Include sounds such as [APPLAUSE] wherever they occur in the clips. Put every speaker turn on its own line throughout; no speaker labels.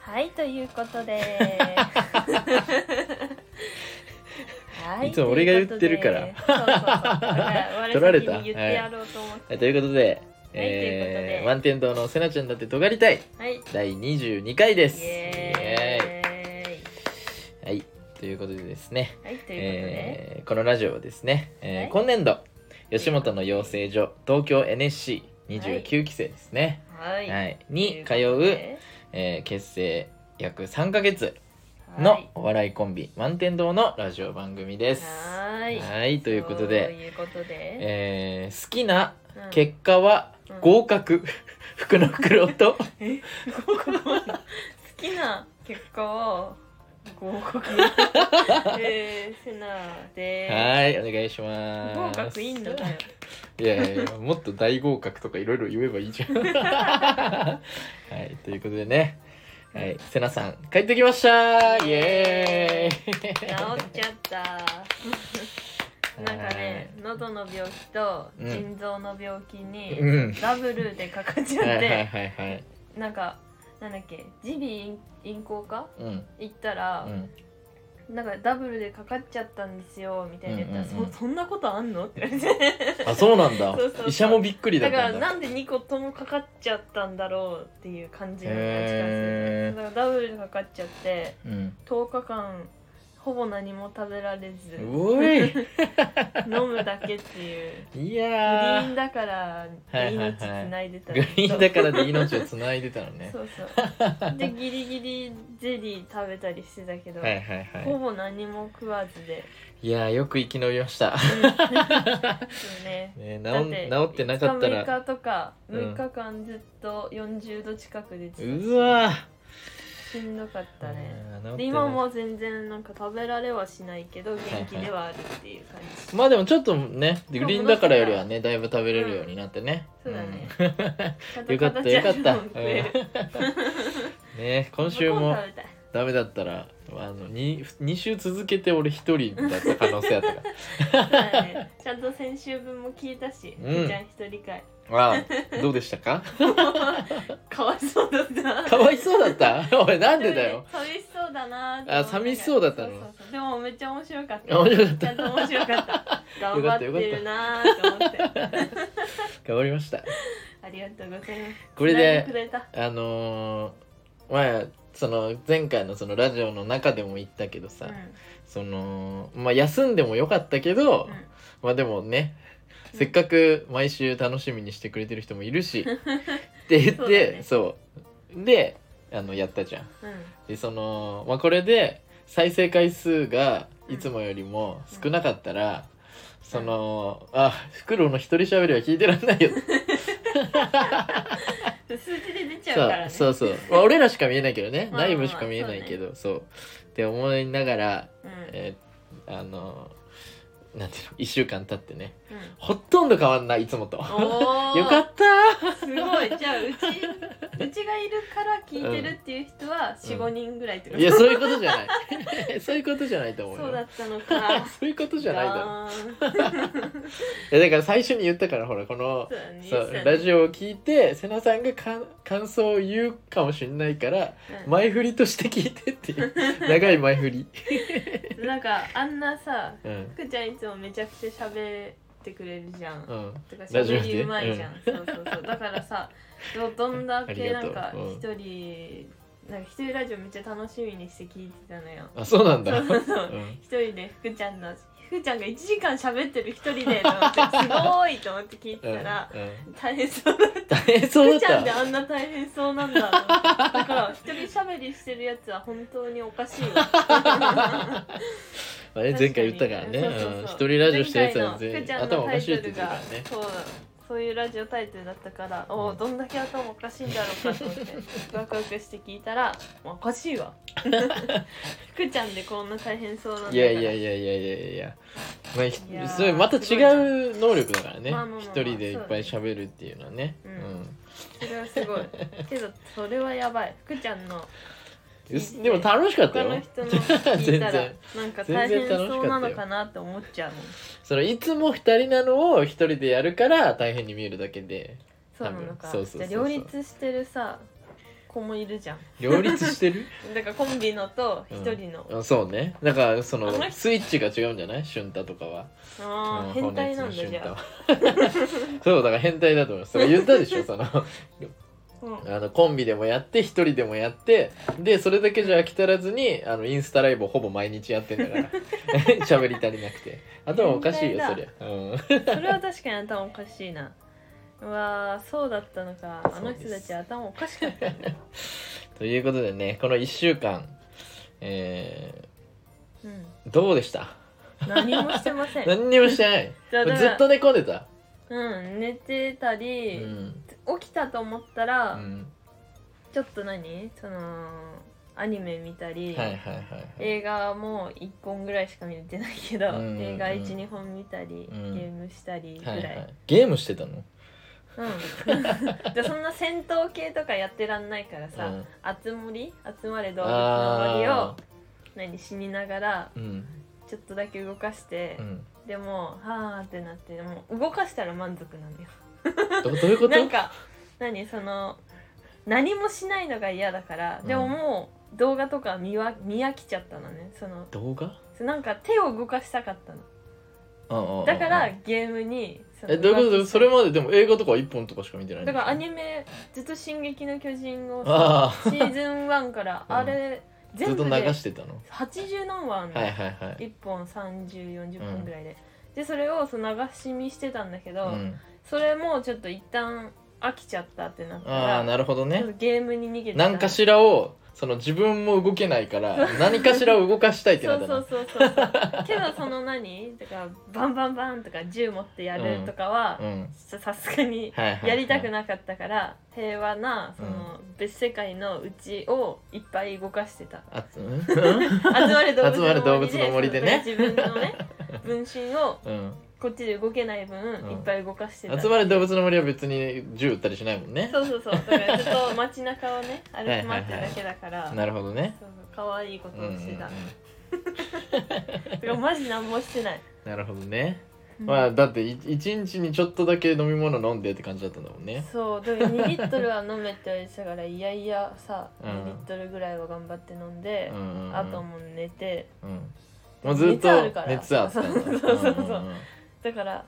はいということで
[LAUGHS]
はい
つも俺が言ってるから
ということでそうそうそうだから我先
取られた
に言ってやろうと思っ
はい
て
というこ
ということ
とで、
で
えー満天堂のせなちゃんだって尖りたい
はいイ
第22回です
エーイ
イエーイはいということでですね
はいということで、
えーこのラジオはですね、えー
はい
今年度吉本の養成所東京 NSC29 期生ですね、
はい、
はい
と
に
いこ
通
と
う、
で
えー結成約3ヶ月
は
の
い
お笑いコンビ満天堂のラジオ番組です。
はーい
はいということ
と
で、
いうことで、
えー好きな
うん
結果は
うん
合格、 [LAUGHS] 福の袋と
え合格好きな結果は合
[LAUGHS]
格えー、セナで
はいお願いし
す
ま
合
す。
格いいんだよ
いやいやいやもっと大合格とかいろいろ言えばいいじゃん。 [LAUGHS] はいということでね、はい瀬名さん帰ってきました。イエ
治っ
ー
ちゃった
イ。
なんかね喉の病気と
うん
腎臓の病気に、
うん
ダブルでかかっちゃ
は
っ
いは
て、
いはいはい。
なんかなんだっけ耳鼻咽喉科
うん
行ったら
う、ん。
なんかダブルでかかっちゃったんですよみたいな言ったら、
うんうんうん
そそんなことあんのって言われて
あそうなんだ
そうそうそう
医者もびっくりだ
だ
っ
か
た
ら
んだ。
なんで2個ともかかっちゃったんだろうっていう感じの感じがす
へ
るだ
ー
からダブルでかかっちゃって
うん。
10日間ほぼ何も食べられず
おい
飲むだけっていう
い
グリ
や
ーン
ー
だから
はいはいはい
命つないでた
グ
ず
リ
っと
ーンだからで命をつないでたのね
そうそうでギリギリゼリー食べたりしてたけど、
はいはいは
ほぼ何も食わずで、
いいやーよく生き延びました、
うんそうね
ね、
だっ
治
て
ん治ってなかっ
5
た
日
ら
6日とか
うん
6日間ずっと40度近く出てたし
うわ
しんどかった
ー、
ね
うん治ってな
で今も全然なんか食べられはしないけど元気ではあるっていう感じ、
まあでもちょっとねグリーンだからよりはねだいぶ食べれるようになってね、
そうだね
うんよか
片
った
手
よかっ
じ
た
ゃん
うん
食える
[LAUGHS] ね今週
コーン
も
食べたい
ダメだったらあの 2, 2週続けて俺一人だった可能性あったから
そうだねちゃんと先週分も聞いたし、
うん
ちゃん一人会
わあどうでし
[LAUGHS]
たか
かわいそうだった
かわいそうだったおいなんでだよ
もね寂しそうだな
あ寂しそうだったの
そうそうそうでもめっちゃ面白かっ
あ
た
面白かっ
ちゃ
た
んと面白かった頑
[LAUGHS] よ
張
かっ
ったて
よかった
るなーと思って
変わりました
ありがとうございます
これで
繋いくれた
あのー、まあその前回のそのラジオの中でも言ったけどさ、
う
そのまあ休んでもよかったけ
ん
ど、
うん
まあでもね
うん
せっかく毎週楽しみにしてくれてる人もい
[LAUGHS]
るしって言っ
そうだ
て
ね
そう,、であのやったじゃん。
うん
でその、まあ、これで再生回数がいつもよりも少なかったら、そのあフクロウの一人喋りは聞いてらんないよ
数字で出ちゃうからね
そうそうそう、まあ、俺らしか見えないけど
[LAUGHS]
ね
まあまあ
内部しか見えないけど、そうって思いながら、
うん
えーあのなんていうの1週間経ってね
うん
ほとんど変わんないいつもとよ
おー
かった
すごいじゃあうちうちがいるから聞いてるっていう人は
うん
45、5人ぐらいってこ
ー
と
いやそういうことじゃないそういう [LAUGHS] ことじゃないと思うよ
そうだったのか
[LAUGHS] そういうことじゃないだろ
だそう
いやだから最初に言ったからほらこの
だね
そうラジオを聞いて瀬名さんがかん感想を言うかもしれないから
オ、
前振りとして聞いてっていう [LAUGHS] 長い前振り、
うんなんかあんなさ
うん
福ちゃんいつもめちゃくちゃ喋ってくれるじゃん、
うん、
とか
ラジオ
喋
で
りうまいじゃん、そうそうそうだからさどどんだけなん
あ
か
りがとう
一人なんか一人ラジオめっちゃ楽しみにして聞いてたのよ
あそうなん
そ
だ
うそうそう
うん
一人で福ちゃんの福ちゃんが1時間喋ってる一人でと思ってすごいと思って聞いてたら、
うんうん
大変そうだっ
大変
た
そうだ
福ちゃん
っ
で
た
あんな大変そうなんだと思ってだから一人喋りしてるやつは本当におかしいわ
[LAUGHS] あれ前回言ったから
確かに
ねうん
そうそうそう
一人ラジオしてるやつは
前回の福
全
ち
然
ゃんの
頭お
タ
か
イ
しい
ト
っ
ル
て言ってたか
が
らね
そうそういうラジオタイトルだったから、おおどんだけ頭おかしいんだろうかと思ってワクワクして聞いた
[LAUGHS]
らおかしいわ福ちゃんでこんな大変そうなんだから
いやいやいやいやいやいやまあひ
いやー
それまた
すごいな
違う能力だからね
まあまあまあまあ
一人でいっぱい喋るっていうのはね
うん
うん
それはす
[LAUGHS]
ごいけどそれはやばい福ちゃんの聞いて
でも楽しかった
他の
よ
人の聞いた
全
ら
然
なんか大変そうなのかなって思っちゃうもん
そのいつも二人なのを一人でやるから大変に見えるだけで
そうなのか
多分そうそうそうそう
じゃあ両立してるさ子もいるじゃん
両立して
[LAUGHS]
る
だからコンビのと一人の、
うんそうねだからそ
あの
の
人
スイッチが違うんじゃない俊太とかは
あ
う
あ
ん
変態なん
本
だ
日の
じ
瞬間
ゃ
は [LAUGHS] そうだから変態だと思いますだから言ったでしょそのあ
あ、うん、
のコンビでもやって一人でもやってでそれだけじゃ飽き足らずにあのインスタライブをほぼ毎日やってんだから
[LAUGHS]
喋り足りなくて頭おかしいよそ
変
り
態
ゃ、うん、
それは確かに頭おかしいなうわーそうだったのかあの人たち頭おかし
[LAUGHS]
かったんだ
ということでねこの1週間え
うん
ーどうでした
何もしてません
何にもしてない
じゃあだから
ずっと寝込んでた、
うん寝てた
う
り、
ん
起きたと思った
う
ら、
ん、
ちょっと何そのアニメ見たり、
はいはいはいはい
映画も1本ぐらいしか見れてないけど、
うんうんうん
映画12本見たり、
うん
ゲームしたりぐら、
はいいはいゲームしてたの
うん [LAUGHS] でそんな戦闘系とかやってらんないからさ、
うん
集まり集まれ動物の森を何死にながら
ーうん
ちょっとだけ動かして
う、ん
でもはあってなってもう動かしたら満足なのよ
どどういうこと
なんか何その何もしないのが嫌だからでももう動画とか見わ見飽きちゃったのねその
動画
そなんか手を動かしたかったのだ
だ
からゲームにその
えどういうこと
動き
それまででも映画とか1本とかしか見てないんで
だ
し
か
ょ
らアニメずっと「進撃の巨人」をさ
あ
シーズン1から
うん
あれ
あずっ
全
と
部
流
で
してたの
80何話あんの
はいはいはい
1本3040分ぐらいででそれをその流し見してたんだけど
うん
それもちょっと一旦飽きちゃったってなった
ああ
ら
なるほど
ちょ
ね
っとゲームに逃げて
何かしらをその自分も動けないから何かしらを動かしたいって
そ
なっ
う
た
そ
の
うそうそうけどその何だからバンバンバンとか銃持ってやるとかは、
うん
ちょっとさすがに
はいはいはい
やりたくなかったから平和なその別世界のうちをいっぱい動かしてた
あつうん
集まる動物の森で
[LAUGHS] 集まる動物の森でね
そう自分のね分身を [LAUGHS]
うん
こっちで動けない分、
うん
いっぱい動かしてた
集まる動物の森は別に銃撃ったりしないもんね
そうそうそうだからずっと街中をね歩き回ってるだけだから、
なるほどね
そうそう可愛いこ
う
と
んう
を
んう
して
ん
た、だからマジ何もしてない、
なるほどね
うん
まあだってい一日にちょっとだけ飲み物飲んでって感じだったんだもんね
そうでも2リットルは飲めって言われてたからいやいやさ
うん
2リットルぐらいは頑張って飲んで
う、んうんうん
あともう寝て
うんもうずっと
熱あるから
熱あったんだ
そうそうそうそう
うんうんうん
だから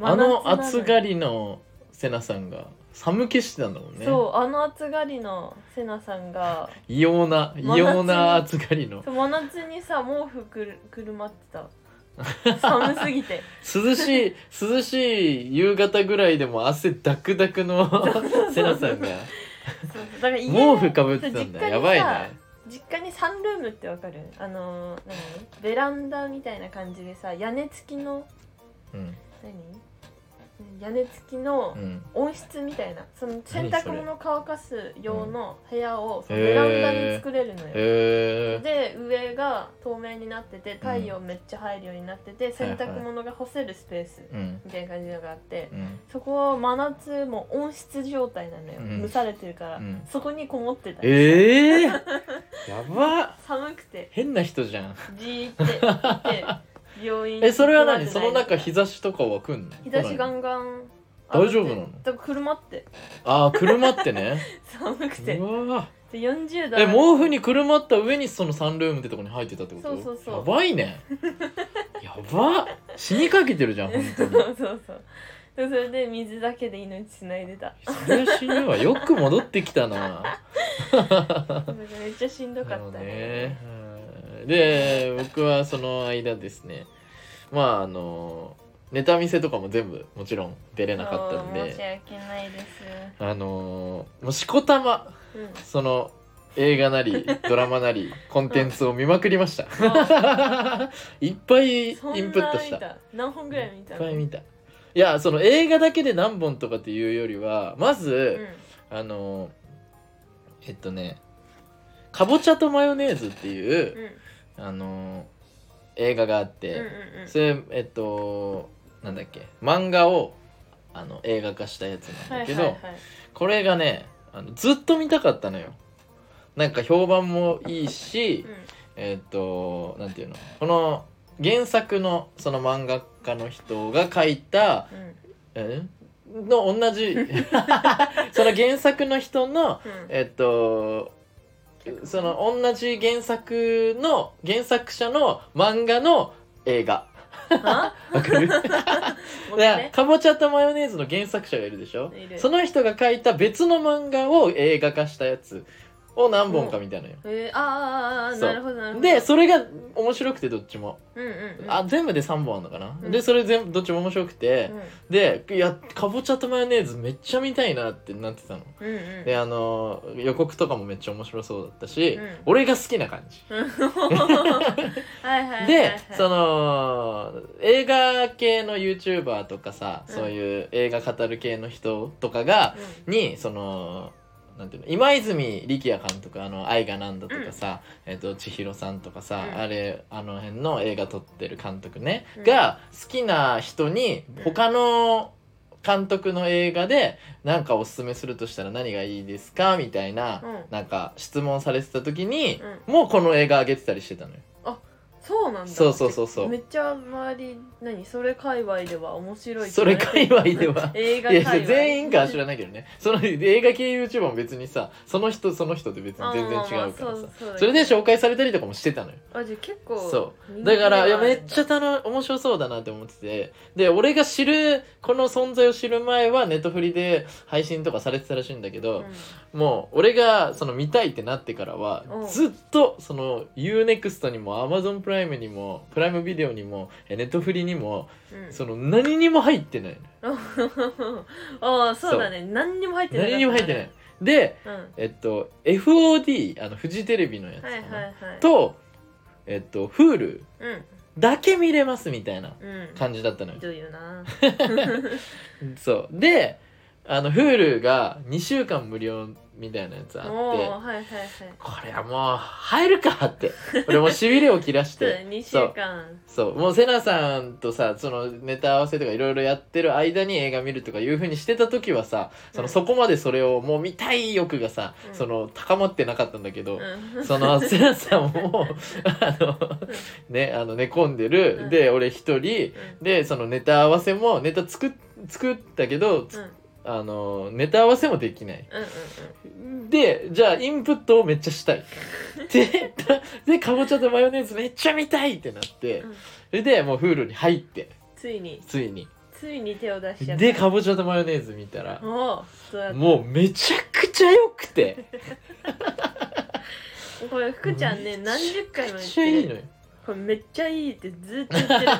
あの
真夏な
暑がりのセナさんが寒気してたんだもんね
そうあの暑がりのセナさん
[LAUGHS]
が
異様な異
真夏
様な暑がりの
そう真夏にさ毛布くるくるまってた寒すぎて
涼し
[LAUGHS]
い涼しい夕方ぐらいでも汗ダクダク
[LAUGHS]
のセナさんが
そうだから家
毛布かぶってたん
そ
だ
う実家にさ
やばいね
実家にサンルームってわかるあの何ベランダみたいな感じでさ屋根付きの
うん
何屋根付きの、
うん
温室みたいなその洗
何そ
濯
れ
物乾かす用の部屋をその
へ
ベラ
ー
ンダに作れるのよ、
へえ
で上が透明になってて太陽めっちゃ入るようになってて、洗濯物が干せるスペース
うん
みたいな感じのがあって
うん
そこは真夏も温室状態なのよ、
うん
蒸されてるから、
うん
そこにこもってた、
え
[LAUGHS]
えやば
寒くて
変な人じゃん
じーって行って病院
えそれは何
行く
そ
まで
の
ない
中日差しとかは来んの
日差しガ
来ない
ンガン
大丈夫なの
だから車って [LAUGHS]
ああ車ってね
寒くて
うわー
で40度
え毛布にくるまった上にそのサンルームってとこに入ってたってこと
そうそうそう
やば
[LAUGHS]
いねやば死にかけてるじゃん本当
[LAUGHS] そ
に
うそうそうでそれで水だけで命つないで
[LAUGHS]
た
それは死ぬわよく戻ってきた
[LAUGHS]
な
だからめっちゃしんどか
でも
った
ねうんで僕はその間ですねまああのネタ見せとかも全部もちろん出れなかったん
そう申し
で
訳ないです
あのもうしこたま
うん
その映画
[LAUGHS]
なりドラマなりコンテンツを見まくりました、 [LAUGHS] いっぱいイン
そんな
プットした
見た何本ぐらい見た
いっ
の
ぱい見たいやその映画だけで何本とかっていうよりはま
う
ず、
ん
あのえっとね「かぼちゃとマヨネーズ」っていう、
うん
あの映画があっ
うんうん
て、
うん
それえっとなんだっけ漫画をあの映画化したやつなんだけど、
はいはいはい
これがねあのずっと見たかったのよなんか評判もいいし、えーっ、となんていうのこの原作のその漫画家の人が書いた、
うんうん
えーの同じ [LAUGHS] その原作の人の
うん
えっとその同じ原作の原作者の漫画の
[LAUGHS]
映画
あ
わかる
もう一
だ
回
から
ね
かぼちゃとマヨネーズの原作者がいるでしょ
いる
その人が書いた別の漫画を映画化したやつを何本かみたいなよ、
えー、あーあーあー
そう
なるほどなるほど
でそれが面白くてどっちも、
うんうんうん
あ全部で3本あるのかな、
うん
でそれ全部どっちも面白くて
うん、
でいやかぼちゃとマヨネーズめっちゃ見たいなってなってたの
うんうん [LAUGHS]
であの予告とかもめっちゃ面白そうだったし、
うん
俺が好きな感じ
うんはいはいはいはい
で、その映画系の YouTuber とかさ、
うん
そういう映画語る系の人とかが、
う
にそのなんていうの今泉力也監督あの「愛がなんだ」とかさ、えっと千尋さんとかさ、
うん
あれあの辺の映画撮ってる監督ね、
うん
が好きな人に
うん
他の監督の映画でなんかおすすめするとしたら何がいいですかみたいな、
うん
なんか質問されてた時に、
う
もうこの映画あげてたりしてたのよ。
そうなんだ
そうそうそうそう
めっちゃ周り何それ界隈では面白いって
それ界隈では
[LAUGHS] 映画
い
界隈
や全員かは知らないけどねその映画系 YouTuber も別にさその人その人で別に全然違うからさ
そ
それで
ょ
紹介されたりとかもしてたのよ
あじゃあ結構
そ
人気
だからいや
があるん
めっちゃ楽面白そうだなって思っててで俺が知るこの存在を知る前はネットフリで配信とかされてたらしいんだけ
う
ど
ん、
もう俺がその見たいってなってからは
うん
ずっとその UNEXT にも Amazon プライムにもプライムビデオにもえネットフリにも
うん [LAUGHS]
その何にも入ってないの
ああそうだね何にも入ってない
何にも入ってないで
うんは
えっと FOD あのフジテレビのやつかな、
いはいはい
とえっと Hulu
うん
だけ見れますみたいな
うん
感じだったのよ
ひどいよな
そうであの Hulu が2週間無料みたいなやつあっ
もう
て
はいはいはい
これはもう入るかって俺もしびれを切らし
[LAUGHS] そうだ
て
ね二週間
そうもうセナさんとさそのネタ合わせとかいろいろやってる間に映画見るとかいうふうにしてた時はさその
うん
そこまでそれをもう見たい欲がさ、
うん
その高まってなかったんだけど、
うん [LAUGHS]
そのセナさんもあのねあの寝込んでる、
うん
で俺一人
うん
でそのネタ合わせもネタ作っ作ったけど、つ
うん
あのネタ合わせもできない
うんうん
でじゃあインプットをめっちゃし
[LAUGHS]
たいでたでかぼちゃとマヨネーズめっちゃ見たいってなって、
うん
それでもうフールに入って
ついに
ついに
ついに手を出しちゃった
でかぼちゃとマヨネーズ見たら
おうそうだっ
もうめちゃくちゃ良くて
たこれ福ちゃんね何十回も
め
言っ
っちゃい
て
いの
る
よ
これめっちゃいいってずっと言
[LAUGHS]
ってる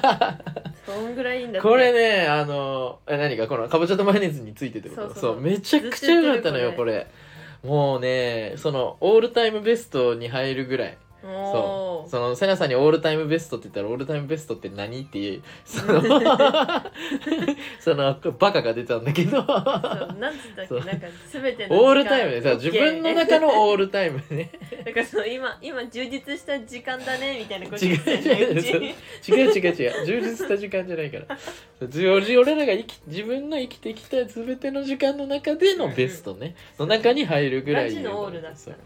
そんぐらいいいんだって
これねあのえ何かこのかぼちゃとマヨネーズについてってことそ
そううそう
めちゃくちゃ良かったのよ
ずっ
ことれもうねそのオールタイムベストに入るぐらい
お
そのセナさんにオールタイムベストって言ったらオールタイムベストって何っていうそ
[LAUGHS]
のそのバカが出たんだけど
うそうなんつったっけ
そう
なんか全ての時間
オールタイムでさ自分の中のオールタイムね
だからその今今充実した時間だねみたいなこと
違う
言ってたよねう [LAUGHS] ち
違違う違う違う充実した時間じゃないからじ俺らが生き自分の生きてきた全ての時間の中でのベストねの中に入るぐらい
ガチのオールだった
そ
ら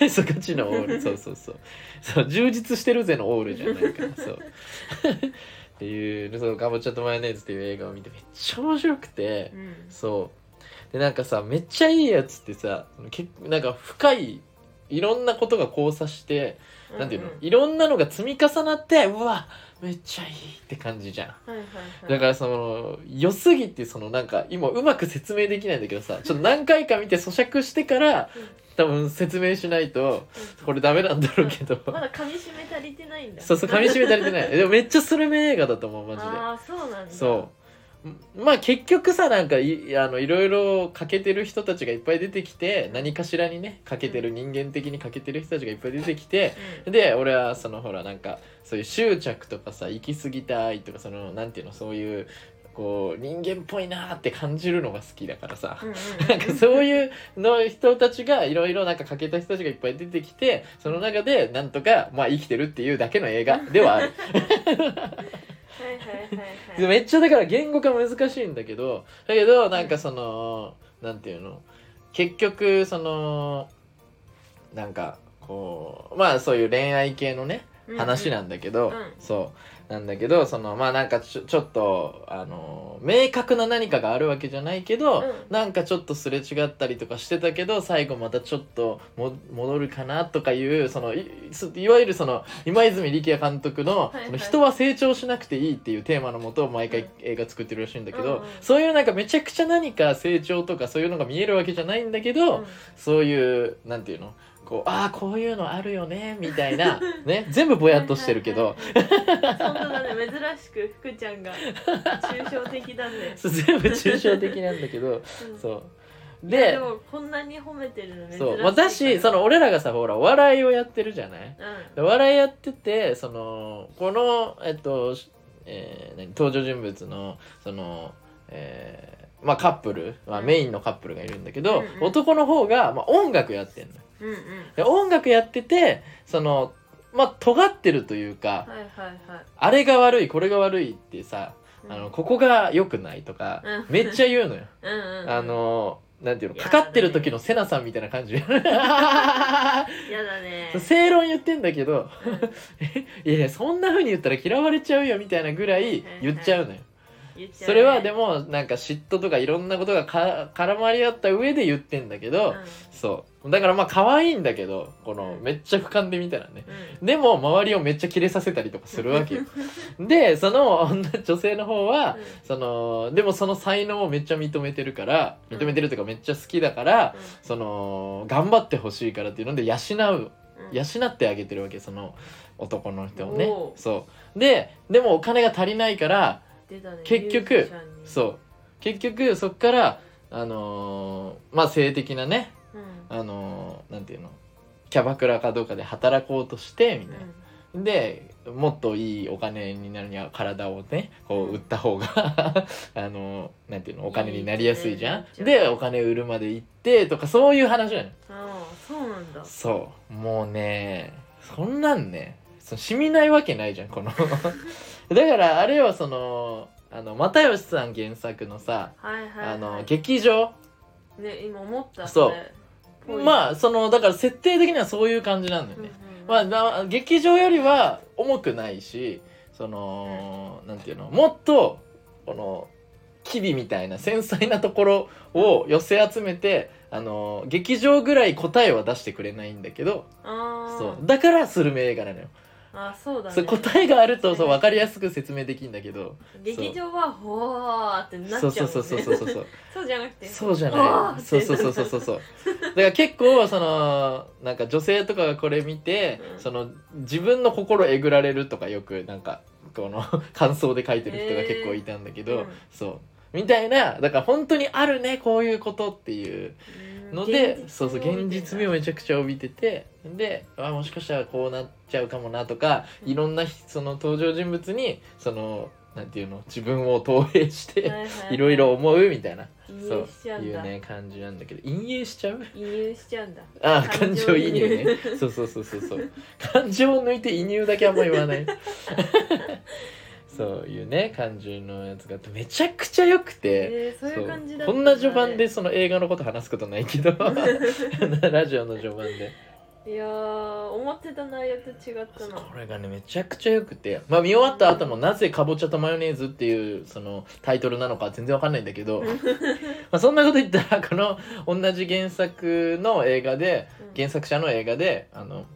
うそうガチのオールそうそうそうそう充実してるぜのオールじゃないからそうっていうそのかぼちゃとマヨネーズっていう映画を見てめっちゃ面白くて
うん
そうでなんかさめっちゃいいやつってさ結構なんか深いいろんなことが交差してなんていうの
ん
いろんなのが積み重なってうわめっちゃいいって感じじゃん
はいはいはい
だからその良すぎてそのなんか今うまく説明できないんだけどさちょっと何回か見て咀嚼してから
うん
多分説明しないと
う
これダメなんだろうけど
んまだ噛み締め足りてないんだ
そうそう噛み締め足りて [LAUGHS] ないでもめっちゃスルメ映画だと思うマジで
ああそうなんだ
そううんまあ結局さなんかいあのいろいろ欠けてる人たちがいっぱい出てきて何かしらにね欠けてる人間的に欠けてる人たちがいっぱい出てきて
う
で俺はそのほらなんかそういう執着とかさ行き過ぎた愛とかそのなんていうのそういうこう人間っぽいなーって感じるのが好きだからさ
んうん
なんかそういうの人たちがいろいろなんか欠けた人たちがいっぱい出てきてその中でなんとかまあ生きてるっていうだけの映画ではある。
はいはいはいはい
めっちゃだから言語化難しいんだけどだけどなんかそのなんていうの結局そのなんかこうまあそういう恋愛系のね話なんだけど、
うん
そうなんだけどそのまあなんかちょちょっとあの明確な何かがあるわけじゃないけど、
うん
なんかちょっとすれ違ったりとかしてたけど最後またちょっとも戻るかなとかいうそのいすいわゆるその今泉力也監督の,、
はいはい
その人は成長しなくていいっていうテーマのもと毎
う
回
ん
映画作ってるらしいんだけ
うんう
ど、
ん
そういうなんかめちゃくちゃ何か成長とかそういうのが見えるわけじゃないんだけど、
うん
そういうなんていうのこうああこういうのあるよねみたい
[LAUGHS]
なね全部ぼやっとしてるけ
は
ど。
いはいはい。本当だね、珍しく福ちゃんが抽象的だね。
そう全部抽象的なんだけど
うん
そう
いや
で
でもこんなに褒めてるの珍しい
そう
から。
私その俺らがさほらお笑いをやってるじゃないで
う
お笑いやっててそのこのえっと、しえー何登場人物のそのえーまあカップル、まあ、
うん
メインのカップルがいるんだけど、
うんうん
男の方が、まあ、音楽やってん
ん
の
うんうん。
で音楽やっててそのまあ尖ってるというか、
はいはいはい。
あれが悪いこれが悪いってさ、
うん
あのここが良くないとか、
うん
めっちゃ言うのよ
うん [LAUGHS] うんうん。
あのなんていうの
いや
か
ー
かってる時のセナさんみたい
[LAUGHS]
な感じ [LAUGHS]
やだね。
正論言ってんだけど [LAUGHS]
うん
いやいやそんな風に言ったら嫌われちゃうよみたいなぐらい言っちゃうのよ
言っちゃうね
それはでもなんか嫉妬とかいろんなことがか絡まり合った上で言ってんだけ
うん
どそうだからまあ可愛いんだけどこのめっちゃ俯瞰で見たらねでも周りをめっちゃキレさせたりとかするわけよでその女女性の方は
うん
そのでもその才能をめっちゃ認めてるから認めてるというかめっちゃ好きだから、その頑張ってほしいからっていうので養う
うんうん
養ってあげてるわけその男の人をね
おー
そうででもお金が足りないから
出たね
結
ミ
局
ュージシャンに
そう結局そっからあのーまあ性的なね
うん
あのーなんていうのキャバクラかどうかで働こうとしてみたいな、でもっといいお金になるには体をねこう売った方が [LAUGHS] あのなんていうのお金になりやすいじゃん
いいですね
でお金売るまで行ってとかそういう話なの
うんああそうなんだ
そうもうねそんなんねその染みないわけないじゃんこの [LAUGHS] だからあれはそのあの又吉さん原作のさ
はいはいはい
あの劇場
ね今思った
そう
あ
まあそのだから設定的にはそういう感じなんだよね、まあな劇場よりは重くないしその、なんていうのもっとこの機微みたいな繊細なところを寄せ集めて、あの劇場ぐらい答えは出してくれないんだけど、
あ
そ
そう
だからスルメ映画なのよ、
あそうだね
そう答えがあるとそう
はい
分かりやすく説明できるんだけど
劇場はほーってなっちゃう
そ
も
うん
ね
そうそうそうそうそうそう
[LAUGHS] そうじゃなくて
そうじゃ
わー
ない
って
そうそうそうそうそうそうだから結構そのなんか女性とかがこれ見て、
うん
その自分の心えぐられるとかよくなんかこの [LAUGHS] 感想で書いてる人が結構いたんだけど、
へーうん
そうみたいなだから本当にあるねこういうことっていう
うん
のでそうそう
味
現実味をめちゃくちゃ帯びててであもしかしたらこうなっちゃうかもなとか
うん
いろんなひその登場人物にそのなんていうの自分を投影して
ははい
ろいろ思うみたいな
引
そ
用
う
しちゃう
い
ん
う
だ
ね感じなんだけど陰影し
[LAUGHS]
ちゃう
移入しちゃうんだ
あ
感
感
情
情
移
移
入
入ねそうそうそうそうそう感情を抜いて移入だけあんま言わない
[LAUGHS]
そういうね感じのやつがあってめちゃくちゃ良くて。
えーそういう感じだった
そうん
だね
こんな序盤でその映画のこと話すことないけどラジオの序盤で
[LAUGHS] いやー思ってた内容と違ったな
これがねめちゃくちゃ良くて、まあ、見終わった後もなぜ「かぼちゃとマヨネーズ」っていうそのタイトルなのか全然わかんないんだけ
[LAUGHS]
どまあそんなこと言ったらこの同じ原作の映画で
うん
原作者の映画であの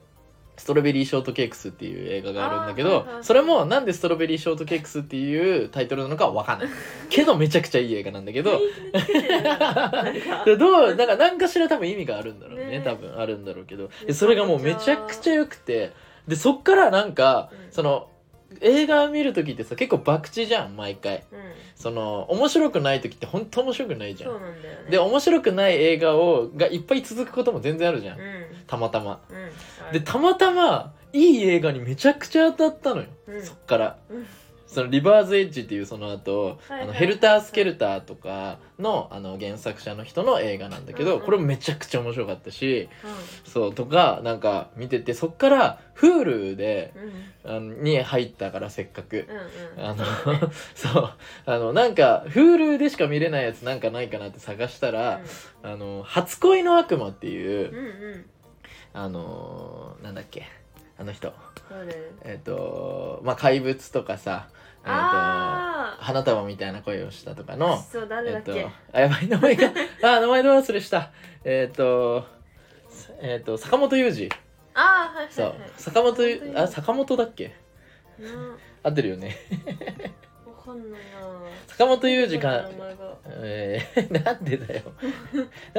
ストロベリーショートケークスっていう映画があるんだけ
あーは
ど
いはいはい
それもなんでストロベリーショートケークスっていうタイトルなのかは
[LAUGHS]
わかんないけどめちゃくちゃいい映画なんだけど
なんか
で [LAUGHS] どうなんか何かしら多分意味があるんだろうね
ね
多分あるんだろうけど
いや
でそれがもうめちゃくちゃ良くてでそっからなんか、
うん
その映画を見る時ってさ結構博打じゃん毎回
うん
その面白くない時って本当面白くないじゃ
そうんなんだよね
で面白くない映画をがいっぱい続くことも全然あるじゃん、
う
たまたま
んうんあ
で
る
たまたまいい映画にめちゃくちゃ当たったのよ、
うん
そっから、
うん
そのリバーズエッジっていうその後、
はいはい
あのヘルタースケルターとかのあの原作者の人の映画なんだけど、
うんうん
これもめちゃくちゃ面白かったし
う
そうとかなんか見ててそっから Hulu で
んうん
あのに入ったからせっかく。
うんうん
あの [LAUGHS] そうあのなんか Hulu でしか見れないやつなんかないかなって探したら「あの初恋の悪魔」っていう
うんうんうん
あのーなんだっけあの人
どれ
えっ、とまあ怪物とかさ、えっと
あ
花束みたいな声をしたとか
あ
の
そう誰だ
え
っ
っと
け、
あやばい名
[LAUGHS]
前があ名前どう忘れしたえっ、とえっ、と坂本雄二
ああはい
そ
は
う
いはい
坂本ゆ
坂本雄二
あ坂本だっけ
うんわ
合ってるよね
かんないな
坂本雄二か
名前が
えー、 [LAUGHS] なんでだよだか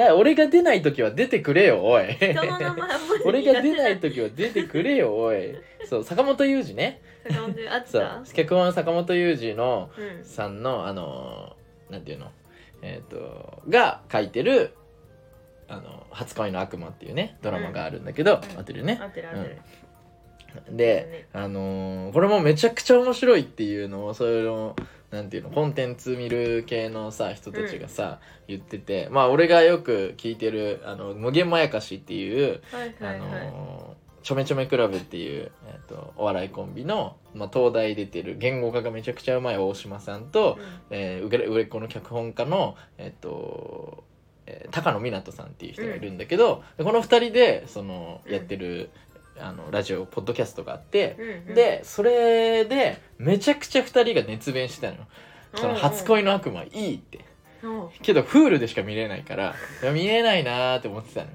ら俺が出ない時は出てくれよおい
人の名前あんまり
俺が出ない時は出てくれよおいそう坂本雄二ね
坂本龍あっ
そ
た
う脚本は坂本雄二の
うん
さんのあのーなんていうのえっ、とが書いてる「あの初恋の悪魔」っていうねドラマがあるんだけど、
うん
合ってるよね
合、ってる合ってる、
で、あのーこれもめちゃくちゃ面白いっていうのをそれのなんていうのコンテンツ見る系のさ人たちがさ、言っててまあ俺がよく聞いてる「あの無限まやかし」っていう
はい
あ
はいはい、
のーちょめちょめクラブっていう、えっとお笑いコンビの、まあ、東大出てる言語化がめちゃくちゃうまい大島さんと、えー、売れ売れっ子の脚本家の、えっとえー高野湊さんっていう人がいるんだけど、でこの二人でその
うん
やってる、あのラジオポッドキャストがあって、
うんうん、
でそれでめちゃくちゃ二人が熱弁してたのよ「その
うん
初恋の悪魔いい」って
うんうん
けど Hulu でしか見れない
[LAUGHS]
からいや見れないなーって思ってたのよ。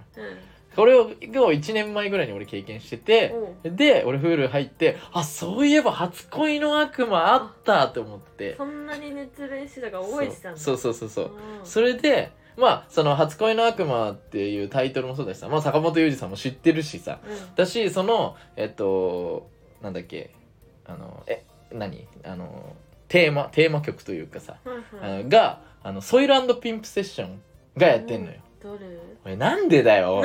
これを1年前ぐらいに俺経験してて、で俺フール入ってあそういえば初恋の悪魔あったって思って
そんなに熱練習だから覚えてたんだ
そううそうそうそうそう、
ん
それでまあその「初恋の悪魔」っていうタイトルもそうだしさ、まあ、坂本龍二さんも知ってるしさ
うん
だしそのえっとなんだっけあのえ何あのテーマテーマ曲というかさ、
はい
あ
はい
のがあのソイルピンプセッションがやってんのよ、
どれ
おいなんでだよおい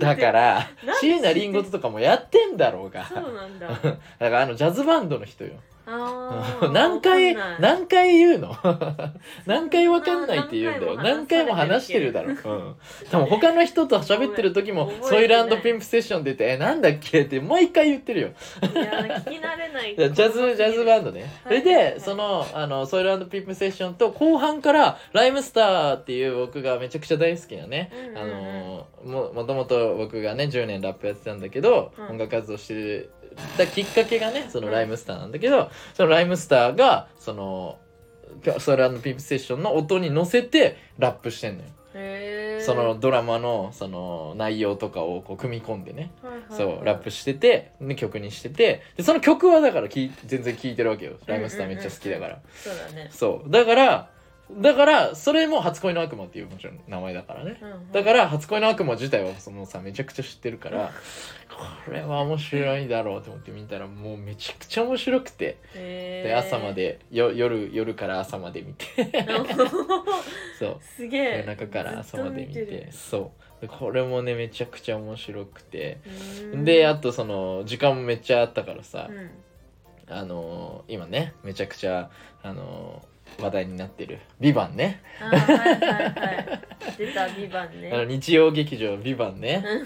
だから
なんで
椎名林檎とかもやってんだろうが
そうなん
[LAUGHS]
だ
だからあのジャズバンドの人よ
あー
[LAUGHS] 何回
わかんない
何回言うの何回わかんないって言うんだよ何
何
回
回
も
も
話
話
し
してて
る
る
だろ、
[LAUGHS]
うん、多分他の人と喋ってる時も「
覚
ソイ
えてない
ルピンプセッション」って言って「えなんだっけ?」ってもう一回言ってるよ
いや聞き慣れない
[LAUGHS] ジャズジャズバンドね、
はい
それで、
はい
そのあのソイルピンプセッションと後半から「ライムスター」っていう僕がめちゃくちゃ大好きなね、
うんうんうん
あのーももともと僕がね10年ラップやってたんだけど、
うん
音楽活動してたきっかけがねそのライムスターなんだけど、そのライムスターがそのソウルピンプセッションの音に乗せてラップしてんのよ、
へー
そのドラマのその内容とかをこう組み込んでね、
はいはいはい
そうラップしててで曲にしててでその曲はだからき全然聴いてるわけよライムスターめっちゃ好きだから、
そうだね
そうだからだからそれも「初恋の悪魔」っていうもちろん名前だからね、だからら初恋の悪魔自体はそのさめちゃくちゃ知ってるからこれは面白いだろうと思って見たらもうめちゃくちゃ面白くてで朝までよ夜夜から朝まで見てそう
[LAUGHS] すげえ
夜中から朝まで見て
ずっとる
そうでこれもねめちゃくちゃ面白くて
うーん
であとその時間もめっちゃあったからさ、
うん
あのー今ねめちゃくちゃあのー話題になってる「ビバンね
あーはいはいはい出
[LAUGHS]
たビバンね
あの日曜劇場「ビバンね、うん、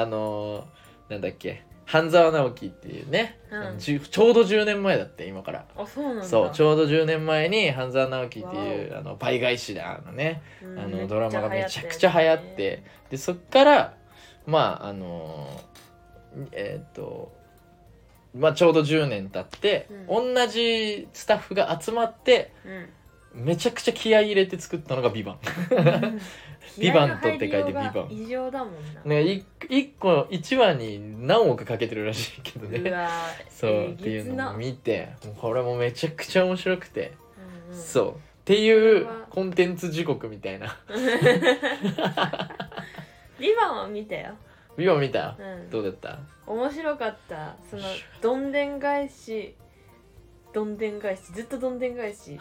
あのーなんだっけ半沢直樹っていうね、
うん
じゅちょうど10年前だって今から。
あそうなんだ
そうちょうど10年前に半沢直樹っていう
わ
あの倍返しだのね
うん
あ
め
の
っ
ドラマがめちゃくちゃ流行って
たや
でそっからまああのーえーっとまあちょうど10年経って、同じスタッフが集まって
つ [LAUGHS]
[LAUGHS]
ね
めちゃくちゃ気合い入れて作ったのが「ビバン
うん
ビバンとって書い
気合の入りよう
て
が
ビバン
異常だもんな
ねい一個1話に何億かけてるらしいけどね
うわ
そう、
えー
っていう
月
の
な
を見てもうこれもめちゃくちゃ面白くて、
うんうん
そうっていう
これは
コンテンツ時刻みたいな
リバンは見たよ、
今見た
うん、
どうだった
面白かったそのどんでん返しどんでん返しずっとどんでん返し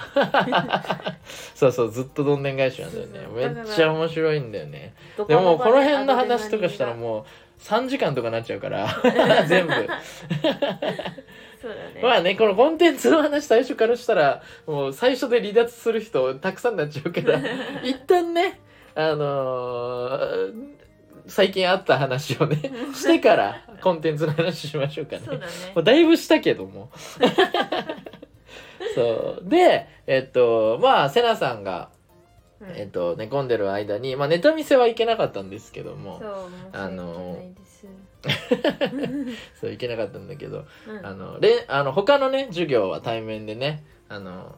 そうそうずっとどんでん返しなんだよね
そうそう
め
だから
っちゃ面白いんだよね
ど
[LAUGHS] で
こ
も
の
こ
場
の
で
辺の話とかしたら
アドレナリンが
もう3時間とかなっちゃうから
[LAUGHS]
全部
そうだね、
まあねこのコンテンツの話最初からしたらもう最初で離脱する人たくさんなっちゃ
[LAUGHS]
うから一旦ねあのー最近あった話
[LAUGHS]
をねしてからコンテンツの話しましょうかね
そうだ
も
ね
うだいぶしたけども
[LAUGHS]
そうでえっとまあセナさんが
うん
えっと、寝込んでる間に、まあ、ネタ見せはいけなかったんですけど
そ
もそう
う
あのいけなかったんだけど、あ
[LAUGHS] の
のれあの他のね授業は対面でねあの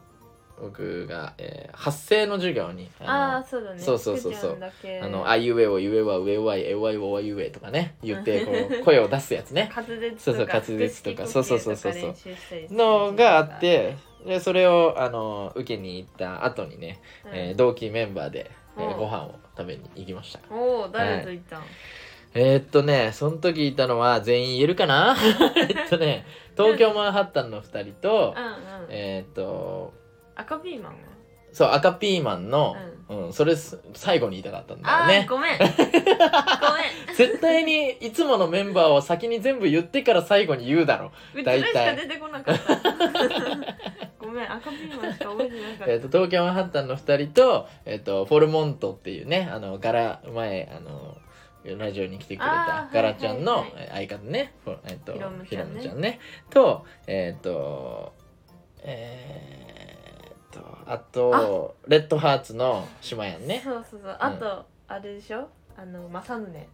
僕が、えー発声の授業に
あー
あ
そうだね
そうそうそうそ
くち
う
ゃんだけ
のあのあいうえおゆえはうえわいえわいおわゆえとかね言ってこ
[LAUGHS]
う声を出すやつね
滑舌とか
そうそう滑舌とか
腹式呼吸
そうそうそうそう
とか練習したりする
のがあってでそれをあの受けに行った後にね、
うん
えー同期メンバーで、えー
うん
ご飯を食べに行きました
おお誰と行ったん、
えー、っとね、その時いたのは全員言えるかな [LAUGHS] えっとね、東京マンハッタンの2人と、
うんうん、
えー、っと、
赤ピーマンは
そう、赤ピーマンの、うん、それす最後に言いたかったんだよ
あー、
ね。
ごめんごめん
絶対にいつものメンバーを先に全部言ってから最後に言うだろ。
うちら
大
しか
体
出てこなかった
[LAUGHS]
ごめん赤ピーマンしか覚えてなかった、
えー、っと、東京マンハッタンの2人と、えーっと、フォルモントっていうね、あの、柄前、あの、ラジオに来てくれ
あ
た
ー
ガラちゃん
はい
の
はいは
えー相方ね、ほえっと
ひろむ
ひ
ちゃ
ろ
んね
むちゃんねとえっとえーっとあとレッドハーツの島やんね
そうそうそうあと、あれでしょあの正宗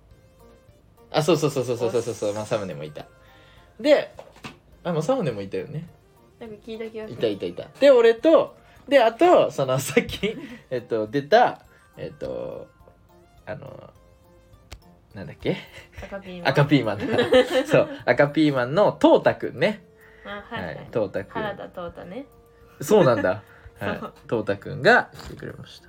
あそうそうそうそうそうそうそうそう政宗もいたであ政宗もいたよね
なんか聞いた気がす
い
る
たいたいたで俺とであとそのさっき [LAUGHS] えっと出たえっとあのなんだっけ
赤ピーマン
赤ピ
[LAUGHS]
ーマンだそう赤ピーマンのトータくんね
あはい、は
はいい、トータく
原田
ん。
とうたね
そうなんだ。
[LAUGHS] そ
は
う
い、トータくんが来てくれました。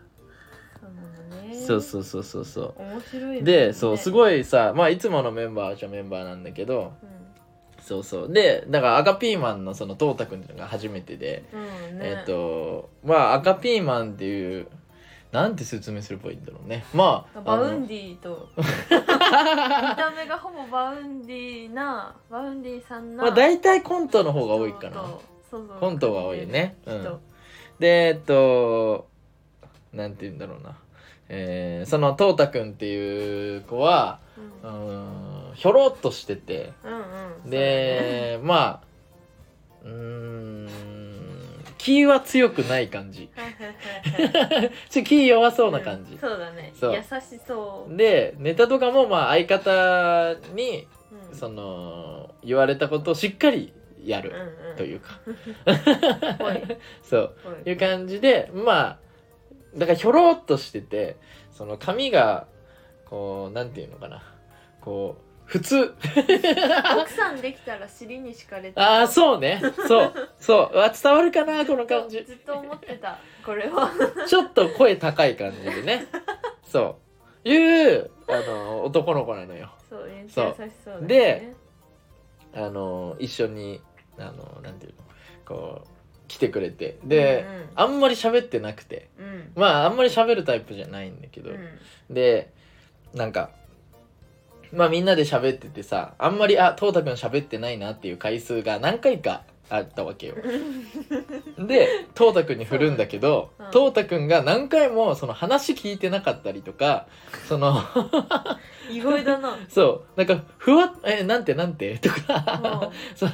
そうなのね
そうそうそうそうそう
面白い、ね、
う。で、そう、す
い、
ごいさ、まあ、いつものメンバーじゃメンバーなんだけど。そうそう、で、だから、赤ピーマンのそのトータくんっていうのが初めてで。
うんうんね、
えっ、と、まあ、赤ピーマンっていう。なんて説明すればいいんだろうね。まあ、
バウン
デ
ディと見た目がほぼバウンディなバウンディさんな
まあ、大体コントの方が多いかな。
そうそう
コントが多いね
きっと
でえっとなんて言うんだろうな、えーそのとうたくんっていう子はう
うん
ーんひょろっとしてて
うんうん
でまあうーん気は強くない感じ
そうだね
ちょ気弱そうな感じ
ん、そうだね
そう
優しそう
でネタとかもまあ相方に
うん
その言われたことをしっかりや
う
る
んうん
というか、
ぽい
そう
ぽい
いう感じでまあだからひょろっとしててその髪がこうなんていうのかなこう普通
奥さんできたら尻に敷かれて
ああそうねそうそう [LAUGHS] あ伝わるかなこの感じ
ずっと思ってたこれは
ちょっと声高い感じでねそういうあの男の子なのよ
そうめっち
そ
ゃ
う
優しそうだよね
であの一緒にあのなんていうのこう来てくれてで、あんまり喋ってなくて
うんうん
まああんまり喋るタイプじゃないんだけ
う
ど、
ん
でなんかまあみんなで喋っててさあんまりあとうたくん喋ってないなっていう回数が何回かあったわけよでとうたくんに振るんだけど
そううん
とうたくんが何回もその話聞いてなかったりとかその
意外だな
そうなんかふわっえなんてなんてと
うん
か [LAUGHS] その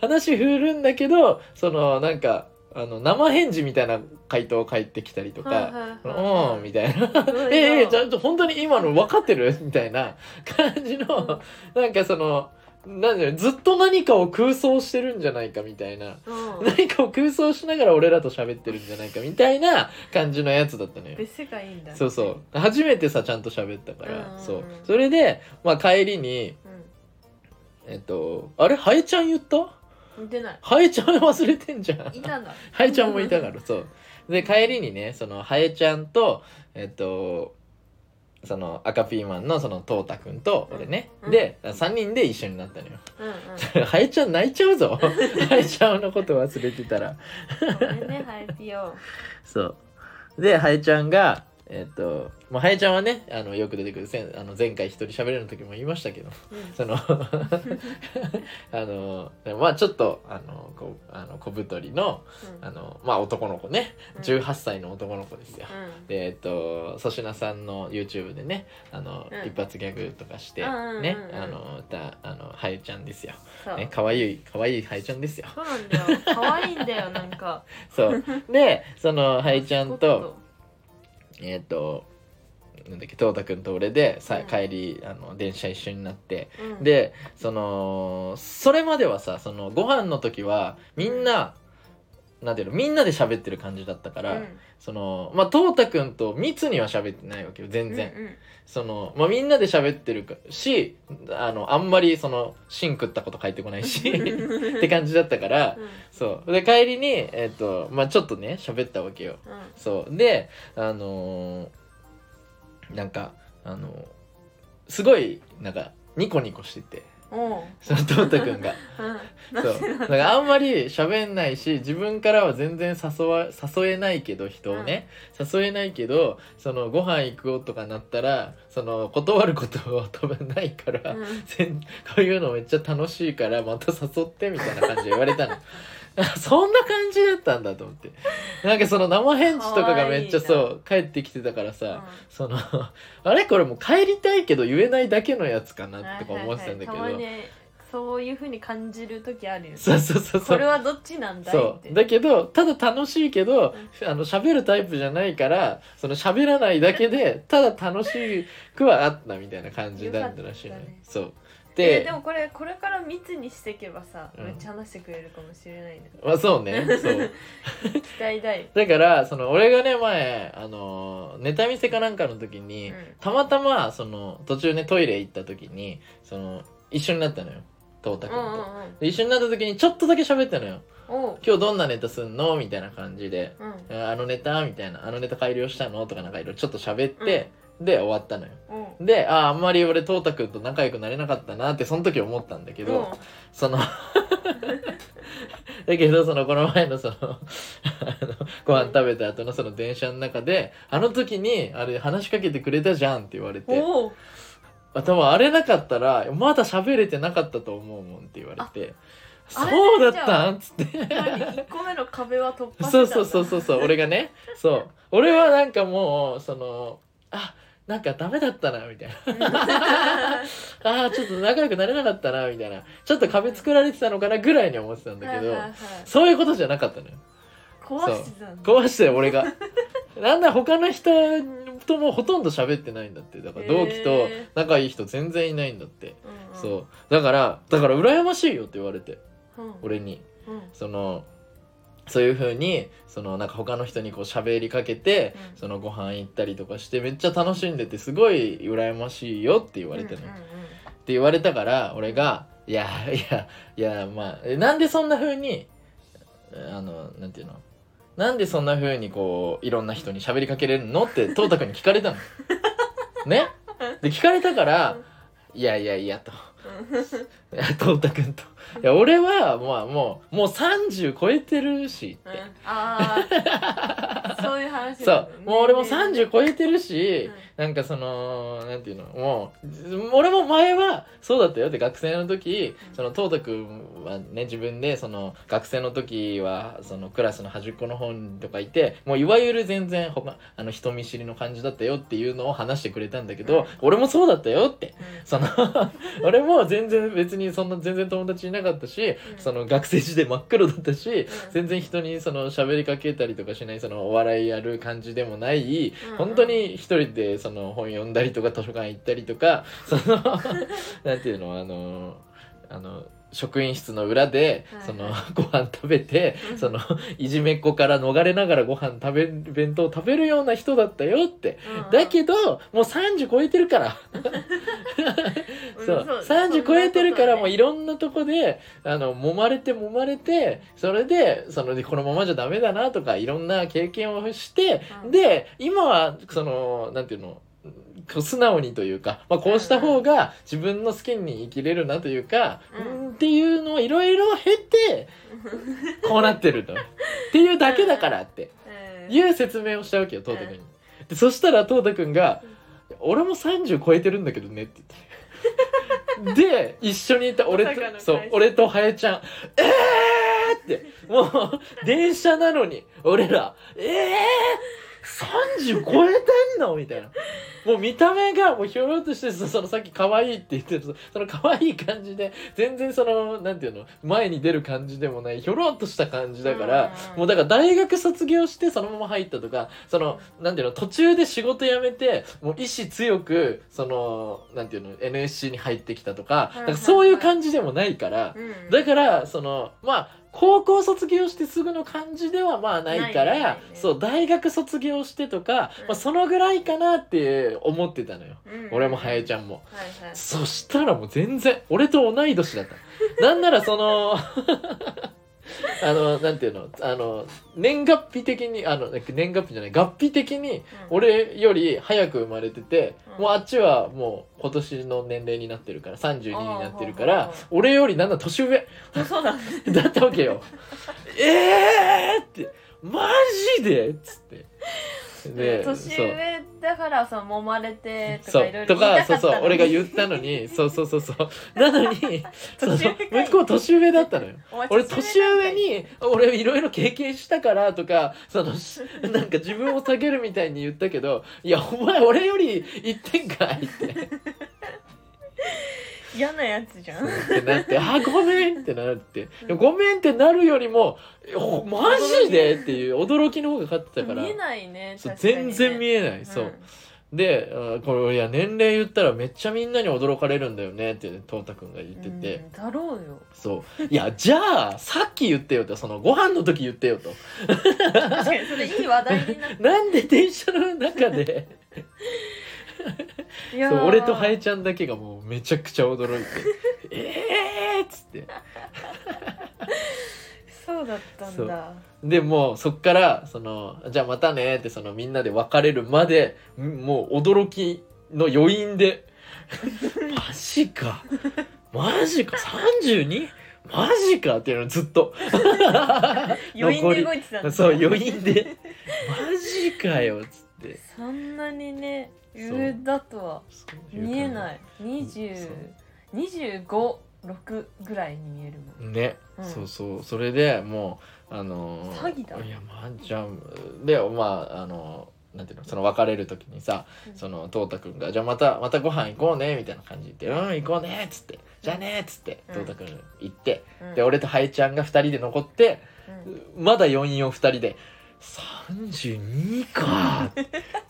話振るんだけどそのなんかあの生返事みたいな回答返ってきたりとか、
はいはいはい
うんみたいな
すごいな
[LAUGHS] ええちゃんと本当に今の分かってるみたいな感じの、なんかその、なんだろう、ずっと何かを空想してるんじゃないかみたいな。
うん
何かを空想しながら俺らと喋ってるんじゃないかみたいな感じのやつだったのよ。
別世界いいんだ
そうそう。初めてさ、ちゃんと喋ったか
う
ら。
ん
そう。それで、まあ帰りに、
う
えっと、あれハエちゃん言った
ん出ない
ハエちゃん忘れてんじゃん。
いたんだ
ハエちゃんもいたから、そう。で、帰りにね、その、ハエちゃんと、えっと、その、赤ピーマンの、その、トータくんと、俺ね。
うん
で、3人で一緒になったのよ。 [LAUGHS]
うんうん
ハエちゃん泣いちゃ
[LAUGHS]
うぞ。ハエちゃんのこと忘れてたら。
ごめんねハイピオ
そう。で、ハエちゃんが、えっと、まあ、ハエちゃんはね、あの、よく出てくる、せんあの前回一人喋れる時も言いましたけど、
うん [LAUGHS]
そのあのまあちょっとあのこうあの小太りの
うん
あのまあ男の子ね
うん
18歳の男の子ですよ。
うん
でえっと粗品さんの YouTube でねあの、
うん
一発ギャグとかして、
うんうんうんうん
ねあの歌あのハエちゃんですよ、
そう
ね、かわいいかわいいハエちゃんですよ
そうなんだよ [LAUGHS] 可愛いんだよなんか
そうでそのハエちゃんとえーっとなんだっけトータ君と俺でさ
うん
帰りあの電車一緒になって
うん、
でそのそれまではさそのご飯の時はみんななんていうのみんなで喋ってる感じだったか
うん、
ら、そのまあトータ君と密には喋ってないわけよ全然、
うんうん
そのまあみんなで喋ってるかしあのあんまりその芯食ったこと書いてこないし [LAUGHS] って感じだったから
うん
そうで帰りにえっ、とまあちょっとね喋ったわけよ
うん
そうであのーなんかあのーすごいなんかニコニコしてて
おう
そのトータ君が
うん
そ
な
うん
で
なんかあんまり喋んないし自分からは全然誘わ誘えないけど人をね、誘えないけどそのご飯行こうとかなったらその断ることは多分ないから、
うん
全こういうのめっちゃ楽しいからまた誘ってみたいな感じで言われたのそんな感じだったんだと思ってなんかその生返事とかがめっちゃ
かわいい
そう帰ってきてたから
うん
さ、その [LAUGHS] あれこれもう帰りたいけど言えないだけのやつかなとか思ってたんだけど、
はいはいはいたまにそういうふうに感じる時あるよね
そうそうそうそ
こ
う
れはどっちなんだい
そ
っ
う
て
だけどただ楽しいけど、あの喋るタイプじゃないからその喋らないだ
[LAUGHS]
けでただ楽しくはあったみたいな感じだったらしいのよ
よかったね
そう
いや
で
でもこれこれから密にしていけばさ、
うん
めっちゃ話してくれるかもしれないね
まあそ
[LAUGHS]
うねそう
期待大、
だからその俺がね前あのネタ見せかなんかの時に、
うん
たまたまその途中ねトイレ行った時にその一緒になったのよトータ
うん
君
うん
と、
うん
で一緒になった時にちょっとだけ喋ったのよ
おう
今日どんなネタすんのみたいな感じで
うん
あのネタみたいな、あのネタ改良したのとかなんかいろいろちょっと喋って、で、終わったのよ。
おう
で、あーあんまり俺、トータ君と仲良くなれなかったなって、その時思ったんだけど、その、 [LAUGHS] だけど、その、この前のそ [LAUGHS] の、あの、ご飯食べた後のその電車の中で、あの時に、あれ、話しかけてくれたじゃんって言われ
うん
て、
おう
あ、多分あれなかったら、まだ喋れてなかったと思うもんって言われて、
あ
そうだっ
あ
たんつって。
1個目の壁は突破してたんだ
そうそうそうそうそう俺がねそう俺はなんかもうそのあなんかダメだったなみたいな
うん
あーちょっと仲良くなれなかったなみたいなちょっと壁作られてたのかなぐらいに思ってたんだけど
はいはいはい
そういうことじゃなかったのよ
壊してたんだ
壊してよ俺がなんだ他の人ともほとんど喋ってないんだってだから同期と
へー
仲いい人全然いないんだって、
うんうん
そうだからだから羨ましいよって言われて
うん
俺に
うん
そのそういう風にそのなんか他の人にこう喋りかけて、
うん
そのご飯行ったりとかしてめっちゃ楽しんでてすごい羨ましいよって言われてね、
うんうん
っ
うん
て言われたから俺が「いやいやいやまあえなんでそんな風にあのなんていうのなんでそんな風にこういろんな人に喋りかけれるの?」ってトータ君に聞か
[LAUGHS]
れたの。ねで聞かれたから「いやいやいや」と。いや [LAUGHS] トータ君といや俺はまあもうもう30超えてるしっ
うん
て、
ああそういう話
そ
だね
うもう俺も30超えてる
う
し、
ん
なんかそのなんていうのもう俺も前はそうだったよって学生の時
うん
そのトータ君はね自分でその学生の時はそのクラスの端っこの方とかいてもういわゆる全然他あの人見知りの感じだったよっていうのを話してくれたんだけど、
うん
俺もそうだったよって
うん
その [LAUGHS] 俺も全然別にそんな全然友達いなかったし、
ん
その学生時代真っ黒だったし、
ん
全然人にその喋りかけたりとかしないそのお笑いやる感じでもない、
うんうん
本当に一人でその本読んだりとか図書館行ったりとかそ
[LAUGHS]
のなんていうのあのあの職員室の裏で、
はい
そのご飯食べて、
うん
そのいじめっ子から逃れながらご飯食べ弁当食べるような人だったよって
うんうん
だけどもう30超えてるから
うん
そう30超えてるからもういろんなとこであの揉まれて揉まれてそれでそのこのままじゃダメだなとかいろんな経験をして、
うん
で今はそのなんていうのこう素直にというか、まあ、こうした方が自分の好きに生きれるなというか、
うん
うんっていうのをいろいろ経てこうなってるとっていうだけだからって
言
いう説明をしたわけよトータ君に、でそしたらトータ君が「俺も30超えてるんだけどね」って言っ
[LAUGHS]
てで一緒にいた俺
まさ
と
かの会社
そう俺とはえちゃん「えー!」ってもう電車なのに俺ら「えー!」30超えてんのみたいなもう見た目がもうひょろっとしてそそのさっき可愛いって言ってるそその可愛い感じで全然そのなんていうの前に出る感じでもないひょろっとした感じだから、もうだから大学卒業してそのまま入ったとかそのなんていうの途中で仕事辞めてもう意志強くそのなんていうの NSC に入ってきたとか
うんうん
なんかそういう感じでもないから
うんうん
だからそのまあ高校卒業してすぐの感じではまあないから
ないね
そう大学卒業してとか、
うん
まあ、そのぐらいかなって思ってたのよ、
うん
俺もはえちゃんも。
はいはい
そしたらもう全然俺と同い年だったなんならその [LAUGHS] あのなんていうのあの年月日的にあの年月日じゃない月日的に
うん
俺より早く生まれてて、
うん
もうあっちはもう今年の年齢になってるから32になってるか
あー
ら
ほうほうほう
俺よりなんだ年上 [LAUGHS]
そうだね
だったわけよ。えーってマジでっつって。で
年
そう
上だからその揉まれてと
そ
かいろ
う
いろ
と
言いたか
か
っ
そう
た
そう俺が言
う
ったのにそうそうそうそう
[LAUGHS]
なのにそう
年
そう
上かい
向こう年上だったのよ
お前
俺年上に俺いろいろ経験したからとかそのしなんか自分を下げるみたいに言ったけどいやお前俺より言ってんかいって
嫌なやつじゃん
ってな
[LAUGHS]
ってあごめんってなってごめんってなるよりもおマジでっていう驚きの方が勝ってたから
見えないね
そう
確かにね
全然見えないそう。で、あこれいや年齢言ったらめっちゃみんなに驚かれるんだよねってねトータくんが言ってて、
うんだろうよ
そういやじゃあさっき言ってよとそのご飯の時言ってよと
[LAUGHS] 確かにそれいい話題になっ
なんで電車の中で
ていや
[LAUGHS] そう
ー
俺とハエちゃんだけがもうめちゃくちゃ驚いて「 [LAUGHS] えー!」っつって
そうだったんだ
でもうそっからその「じゃあまたね」ってそのみんなで別れるまでんもう驚きの余
[LAUGHS]
韻で「マジかマジか 32? マジか」っていうのずっと
余韻で動いてたんだ
[LAUGHS] そう余韻で「マジかよ」っつって
そんなにね
そう
上だとは
そういう感じ
見えない
そう
2526ぐらいに見えるもん
ね、
うん
そうそうそれでもうあのー
詐欺だ
いやまあじゃあでまああのーなんていうのその別れる時にさ、
うん
そのトータくんが「じゃあまたまたご飯行こうね」みたいな感じで「うん行こうね」っつって「じゃあね」っつって、
うん
トータくん行って、
うん
で俺とハイちゃんが2人で残って
うん
まだ余韻を2人で「32か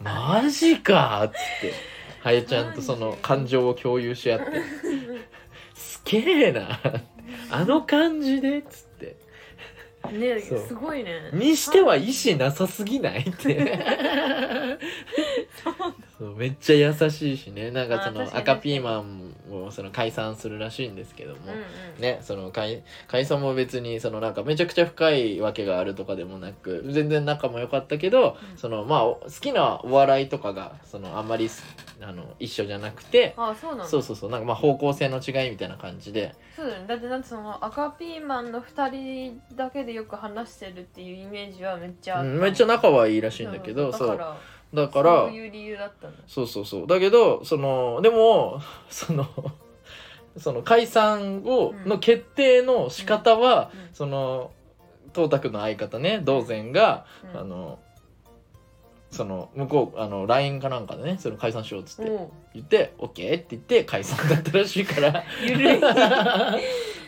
マジか」っつってハイちゃんとその感情を共有し合って「すげえな」あの感じでっつって
ね
そう
すごいね
にしては意志なさすぎないってそうめっちゃ優しいしねなんかそ
あー確
の
かに
赤ピーマンもその解散するらしいんですけども、
うんうん
ねその解解散も別にそのなんかめちゃくちゃ深いわけがあるとかでもなく全然仲も良かったけど、
うん
そのまあお好きなお笑いとかがそのあんまりすあの一緒じゃなくて。
あそうなんだ
そうそうそうなんかまあ方向性の違いみたいな感じで
そうだよねだってなんてその赤ピーマンの2人だけでよく話してるっていうイメージはめっちゃあ
う
た
んめっちゃ仲はいいらしいんだけど
そう
そ
だ
う
から
だから
そういう理由だったんだ
そうそうそうだけどそのでも [LAUGHS] そのその解散を
うん
の決定の仕方は、
うん
その董卓の相方ね道前が、
うん
あのその向こうあの LINE かなんかでねその解散しようっつって
おう
言って「OK」って言って解散だったらしいから
[LAUGHS] ゆるい
まあまあ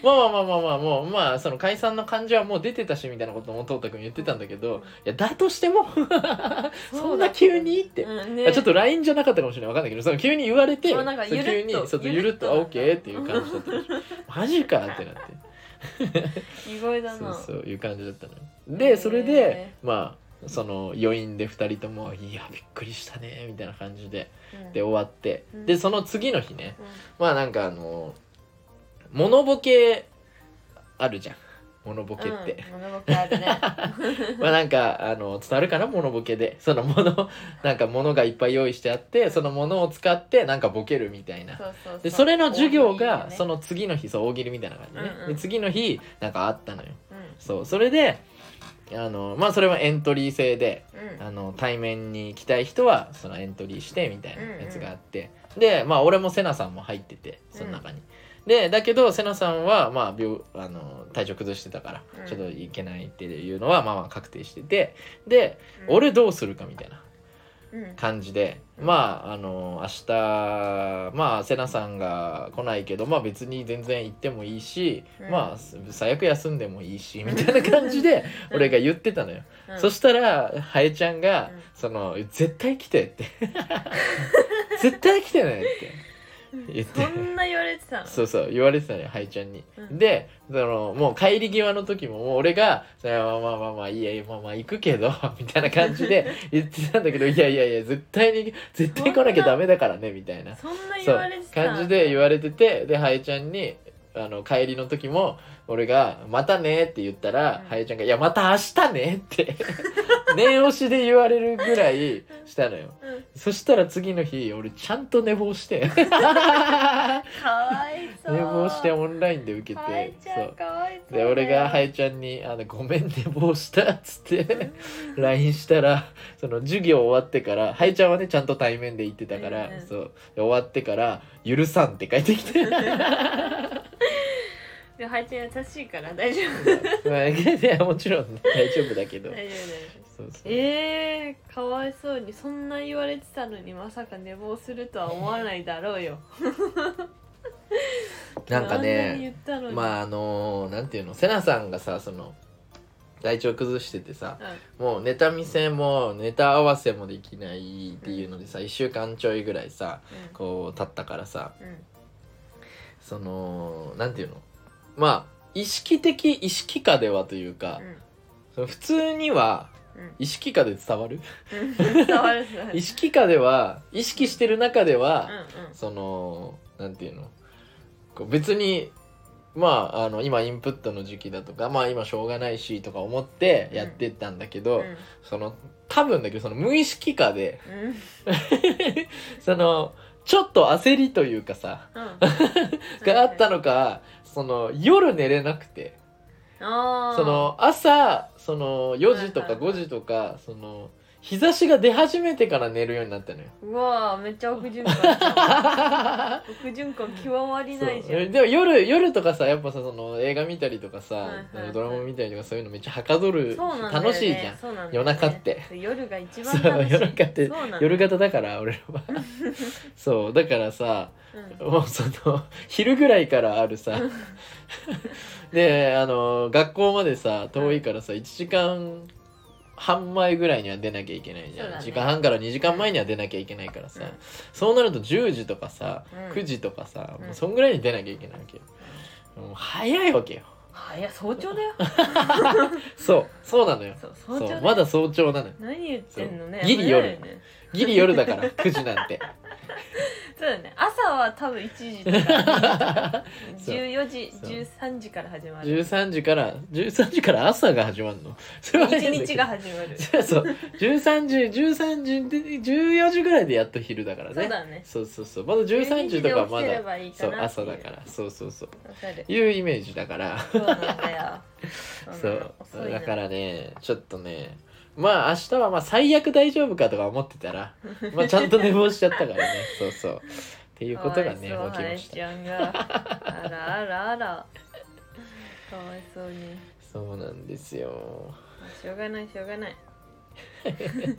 まあまあまあもうまあその解散の感じはもう出てたしみたいなことも董卓に言ってたんだけど、いやだとしてもそんな急にって
うん
あ
ね
ちょっと LINE じゃなかったかもしれないわかんないけどその急に言われて
そうなんか
そう
ゆ
急
るっ
に
と
そうゆ
ゆ
る
る
っ
っ
と
と
「OK」っていう感じだったでしょマジかってなって
意外だ
そ
な
うそういう感じだったのよ
へ
で
ー
それでまあその余韻で2人とも「いやびっくりしたね」みたいな感じで
うん
で終わって
うん
でその次の日ね
うん
まあなんかあのモノボケあるじゃんモノボケって。
うん、物ボケある
[LAUGHS]
ね
まあなんかあの伝わるかなモノボケでそのもの [LAUGHS] なんかものがいっぱい用意してあってそのものを使ってなんかボケるみたいな
そうそうそう
でそれの授業がそ
の、
の次の日そう大喜利みたいな感じでね
うんうん
で次の日なんかあったのよ
う
そうそれであのまあそれはエントリー制で
んうん、
あの対面に来たい人はそのエントリーしてみたいなやつがあって、でまあ俺もセナさんも入っててその中に、でだけどセナさんはまあ病あの体調崩してたから
うん
ちょっといけないっていうのはまあまあ確定しててで俺どうするかみたいな
うん
感じでまああの明日まあセナさんが来ないけどまあ別に全然行ってもいいし、
うん
まあ最悪休んでもいいしみたいな感じで
うん
俺が言ってたのよ、
うん
そしたらハエちゃんが、
うん
その「絶対来て」って [LAUGHS] 絶対来てねって言って
そんな言われてたの
そうそう言われてたねハイちゃんに、
うん
でそのもう帰り際の時ももう俺が「いやまあまあまあまあいいやまあまあ行くけど」 [LAUGHS] みたいな感じで言ってたんだけど「いやいやいや絶対に絶対来なきゃダメだからね」みたいな
そんな
そ
言
う
われてた
感じで言われててでハエちゃんにあの帰りの時も俺が「またね」って言ったら、
うん
ハエちゃんが「いやまた明日ね」って [LAUGHS] 念押しで言われるぐらいしたのよ
うん
そしたら次の日俺ちゃんと寝坊し
[LAUGHS]
て
かわいそう
寝坊してオンラインで受け
は
て
いち
そ
ゃん
う
かわいそう
で俺がハ
い
エちゃんに「あのごめん寝坊した」っつって。LINE したらその授業終わってからハエちゃんはねちゃんと対面で行ってたから、
うんうん
そうで終わってから「許さん」って書いて
[LAUGHS]
きて
でハイちゃん優しいから大丈
まあいやもちろん、ね、大丈夫だけど
夫大丈夫大丈夫
そうそう
えー、かわいそうにそんな言われてたのにまさか寝坊するとは思わないだろうよ
なんか
あんなに言
ね
ったのに
まああのなんていうのセナさんがさその体調崩しててさもうネタ見せもネタ合わせもできないっていうのでさ1週間ちょいぐらいさ
う
こう経ったからさ
んうんうん
そのなんていうのまあ意識的意識下ではというか、その普通には
うん
意識下で伝わる
うん伝わる伝わる
意識下では意識してる中で
うん
は、
う
そのなんていうのこう別にまああの今インプットの時期だとかまあ今しょうがないしとか思ってやってたんだけ
ん
ど、
うん
その多分だけどその無意識下で
うんうん
そのちょっと焦りというかさがあったのかその夜寝れなくて
あー
その朝その4時と
はい
か
はいはい
5時とかその日差しが出始めてから寝るようになったのよ。
うわーめっちゃ悪循環悪循環極まり
そ
[LAUGHS] ないじゃん
うでも夜夜とかさやっぱさその映画見たりとかさ、
いはいはい
なんかドラマ見たりとかそういうのめっちゃはかどる、
そうなんだよね
楽しいじゃん。
そうなんだよね
夜中って
夜が一
そ
番
う
楽しい
夜中って
そうなんだよ
夜型だから俺
[LAUGHS]
はそうだからさ
うん
もうその昼ぐらいからあるさであの学校までさ遠いからさ1時間半前ぐらいには出なきゃいけないじゃ、
そうんだね
時間半から2時間前には出なきゃいけないからさ、
うん
そうなると10時とかさ、
うん
9時とかさ、
うん
もうそんぐらいに出なきゃいけないわけよ、もう早いわけよ
早い早朝だよ
そうそうなのよ
そう
そう
早朝だよ
まだ早朝なのよ
何言ってんのね
そうギリ夜
危ないよね
ギリ夜
[LAUGHS]
だから9時なんて
そうだね朝は多分1時と
[LAUGHS]
か
そう
14時
そう
13時から始まる
13時から13時から朝が始まるのそれは変だけ
1
ど
日が始まる
[LAUGHS] そうそう13時13時で14時ぐらいでやっと昼だからね
そうだね
そうそうそうまだ13時とか
12時で起き
ま
てれ
だ
ばいい
そ
か
う
なってい
朝だからそうそうそう
わかる
いうイメージだから
そうなんだよ
[LAUGHS] そう
なの遅いな
だからねちょっとねまあ明日はまあ最悪大丈夫かとか思ってた
[LAUGHS]
ら、まあ、ちゃんと寝坊しちゃったからねそうそうっていうことがね
かわ
起
いそ
きま
う林
し
ち
た
ゃんがあらあらあらかわいそうに
そうなんですよ
しょうがないしょうがない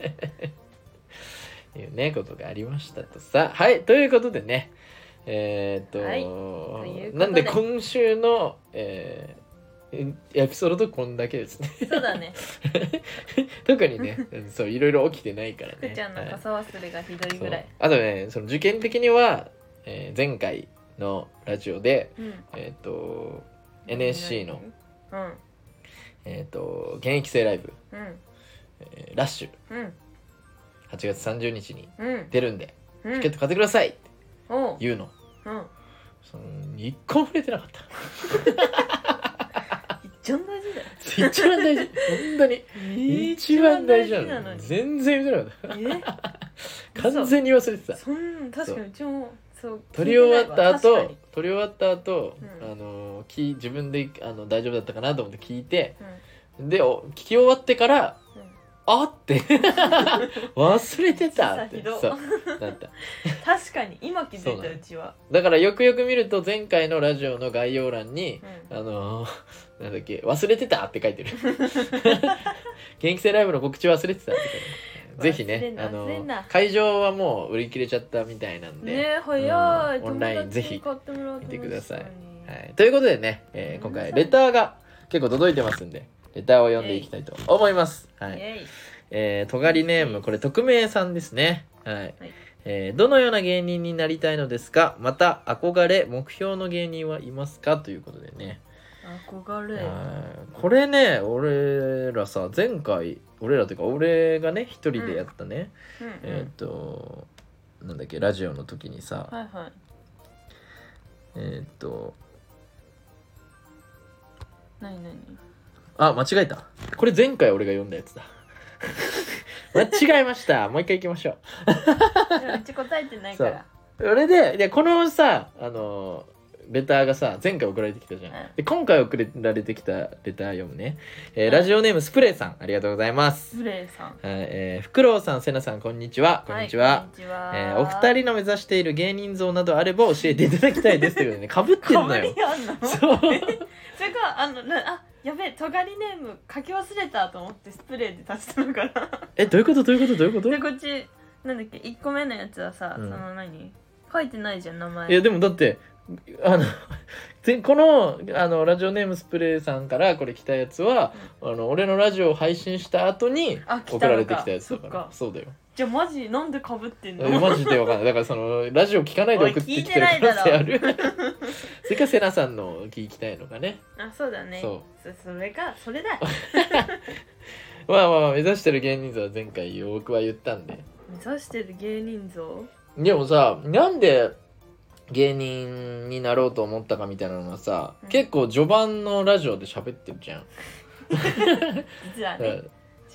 っていうねことがありましたとさはいということでねえーっと、
はいということで
なんで今週の、えーエピソードこんだけですね [LAUGHS]
そうだね
特に
[LAUGHS]
ねうんそういろいろ起きてないから
福
ね
ちゃんの
はい
傘忘れがひどいぐらい
そうあとねその受験的には、えー前回のラジオで
うん
えーっと NSC の
うん
えーっと現役生ライブ、
うん
えーラッシュ
うん
8月30日に
うん
出るんで
う
チ
ん
ケット買ってくださいって
おう
言うの
うん
その一個も触れてなかった [LAUGHS]
一番大事だよ
一番大事本当に一番大事なの
なのに
全然見てなかっ
え
た完全に忘れてた
そん確かにうちもそう
撮り終わった
聞い
後
て
撮り終わった後、
うん
あのーき自分であの大丈夫だったかなと思って聞いて
ないわ
でお聞き終わってから
確かにうんうん
あって [LAUGHS] 忘れてたって
ひど
そうなった
確かに今気づ
そう
い
な
た
の
うちは
だからよくよく見ると前回のラジオの概要欄に
う
あのーなんだ
[LAUGHS]
っけ忘れてたって書いてる元気性ライブの告知忘れてたって書いてあるぜひ
忘れ
ね
んな
あ
忘れん
の
な
会場はもう売り切れちゃったみたいなんで、
ね早い、
うんオンライン
友達に
ぜひ
買ってもらおうと思
見てください
ってたのに
はい、ということでね、えー今回レターが結構届いてますんでレターを読んでいきたいと思います。はい
イエイ
えー、とがりネームこれ匿名さんですねはい、えーどのような芸人になりたいのですかまた憧れ目標の芸人はいますかということでね、
憧れ
はいこれね俺らさ前回俺らというか俺がね一人でやったね、
うんうん
えーっ、となんだっけラジオの時にさ、
はいはい
えーっと
何何
あ間違えたこれ前回俺が読んだやつだ [LAUGHS] 間違えましたもう一回行きましょう
でもうち答えてないから
それででこのさあのレターがさ前回送られてきたじゃん、
はい
で今回送られてきたレター読むね、えー
はい
ラジオネームスプレーさんありがとうございます、
スレイさん
はいえー、フクロウさんセナさんこんにちはこんにちは、
いこんにちは
えーお二人の目指している芸人像などあれば教えていただきたいですということでねかぶってんのよ
被りあんの
そう
それかあのなあやべえとがりネーム書き忘れたと思ってスプレーで足したのかな
えどういうことどういうことどういうこと
でこっちなんだっけ1個目のやつはさ、
うん
その何書いてないじゃん名前
いやでもだってあのでこのあのラジオネームスプレーさんからこれ来たやつは、あの俺のラジオを配信した後に
あ来たの
送
から
れてきたやつだか
そっ
ら
か
そうだよ
じゃあマジなんでかぶってんの
えマジでわかんないだからそのラジオ聞かないで送ってきてる可能性ある [LAUGHS] それかセナさんの聞きたいのかね
あそうだね
そ
そそれかそれだ
まあまあまあ目指してる芸人像は前回僕は言ったんで
目指してる芸人像
でもさなんで芸人になろうと思ったかみたいなのはさ、
うん
結構序盤のラジオで喋ってるじゃん、
実は
うん
ね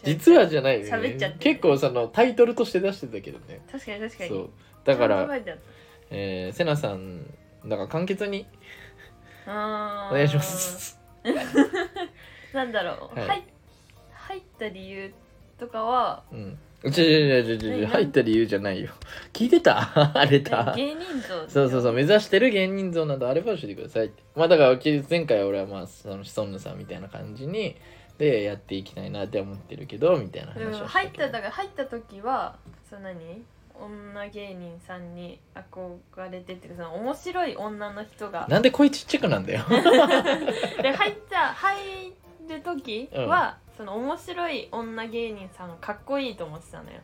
実はじゃないよ、ね、
喋っちゃってる
結構そのタイトルとして出してたけどね
確かに確かに
そうだか
ちゃんと
ら、
書いてあった
えー、セナさんだから簡潔に
あー
お願いします
なんだろう、
はい
はい、入った理由とかは
うん違う違う違う違う違う入った理由じゃないよ聞いてた [LAUGHS] あれた
芸人像
そうそうそ
う
う目指してる芸人像などあれば教えてくださいってまあだからき前回俺はまあそのシソンヌさんみたいな感じにでやっていきたいなって思ってるけどみたいな話をしたけど
入っただから入った時はその何女芸人さんに憧れてっていうかその面白い女の人が
なんで声ちっちゃくなんだよ
で入った入る時は、その面白い女芸人さんがかっこいいと思ってたのよ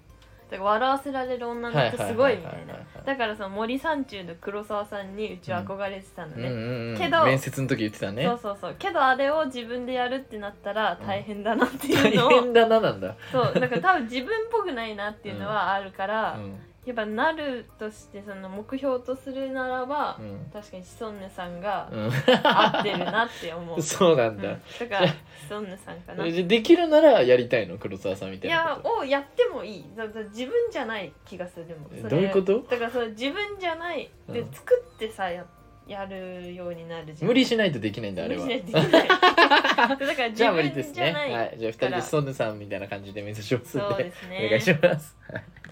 だから笑わせられる女の人すごいみた
はい
い
はいはいはい
な
はいはい
だからその森三中の黒沢さんにうちは憧れてたの
うん
ね、
うん、 [LAUGHS] うん、
けど
面接の時言ってたね
そうそうそうけどあれを自分でやるってなったら大変だなって
大
いうのを、
変だななんだ、
そうだから多分自分っぽくないなっていうのはあるか
う
ら、
ん
やっぱなるとしてその目標とするならば、
うん
確かにシソンヌさんが合
合
ってるなって思う。
[LAUGHS] そうなんだ、
うん、だからシソンヌさん
[LAUGHS]
かな。い
でできるならやりたいの黒沢さんみたいな
や
こと
をやってもいいだだ自分じゃない気がするでも
え
それ
どういうこと
だからそれ自分じゃないで、
うん
作ってさややるようになるじゃん
無理しないとできないんだあ
無
れ
理
は
しないといけ
[LAUGHS]
ないだから
じゃあ無理
自
で
分
す
じゃ
ね
ない、
はいじゃあ
か
二人
ら
でソンヌさんみたいな感じで目指しますん
そう
で
です
お願いし
ね
ます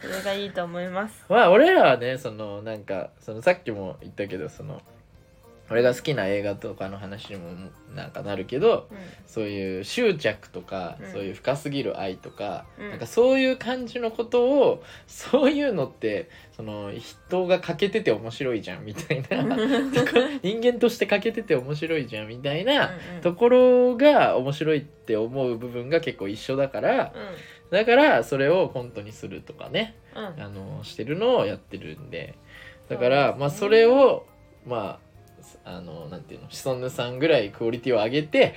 それがいいと思います
まあ俺らはねそのなんかそのさっきも言ったけどその俺が好きな映画とかの話にもなんかなるけど
う
そういう執着とか、
うん
そういう深すぎる愛とか、
うん
なんかそういう感じのことをそういうのってその人が欠けてて面白いじゃんみたいなとか人間として欠けてて面白いじゃんみたいな。
んうん
ところが面白いって思う部分が結構一緒だからだからそれをコントにするとかね
うんうん
あのしてるのをやってるんでだか
そう
ら
ですね
まあそれをまああのなんていうのシソンヌさんぐらいクオリティを上げて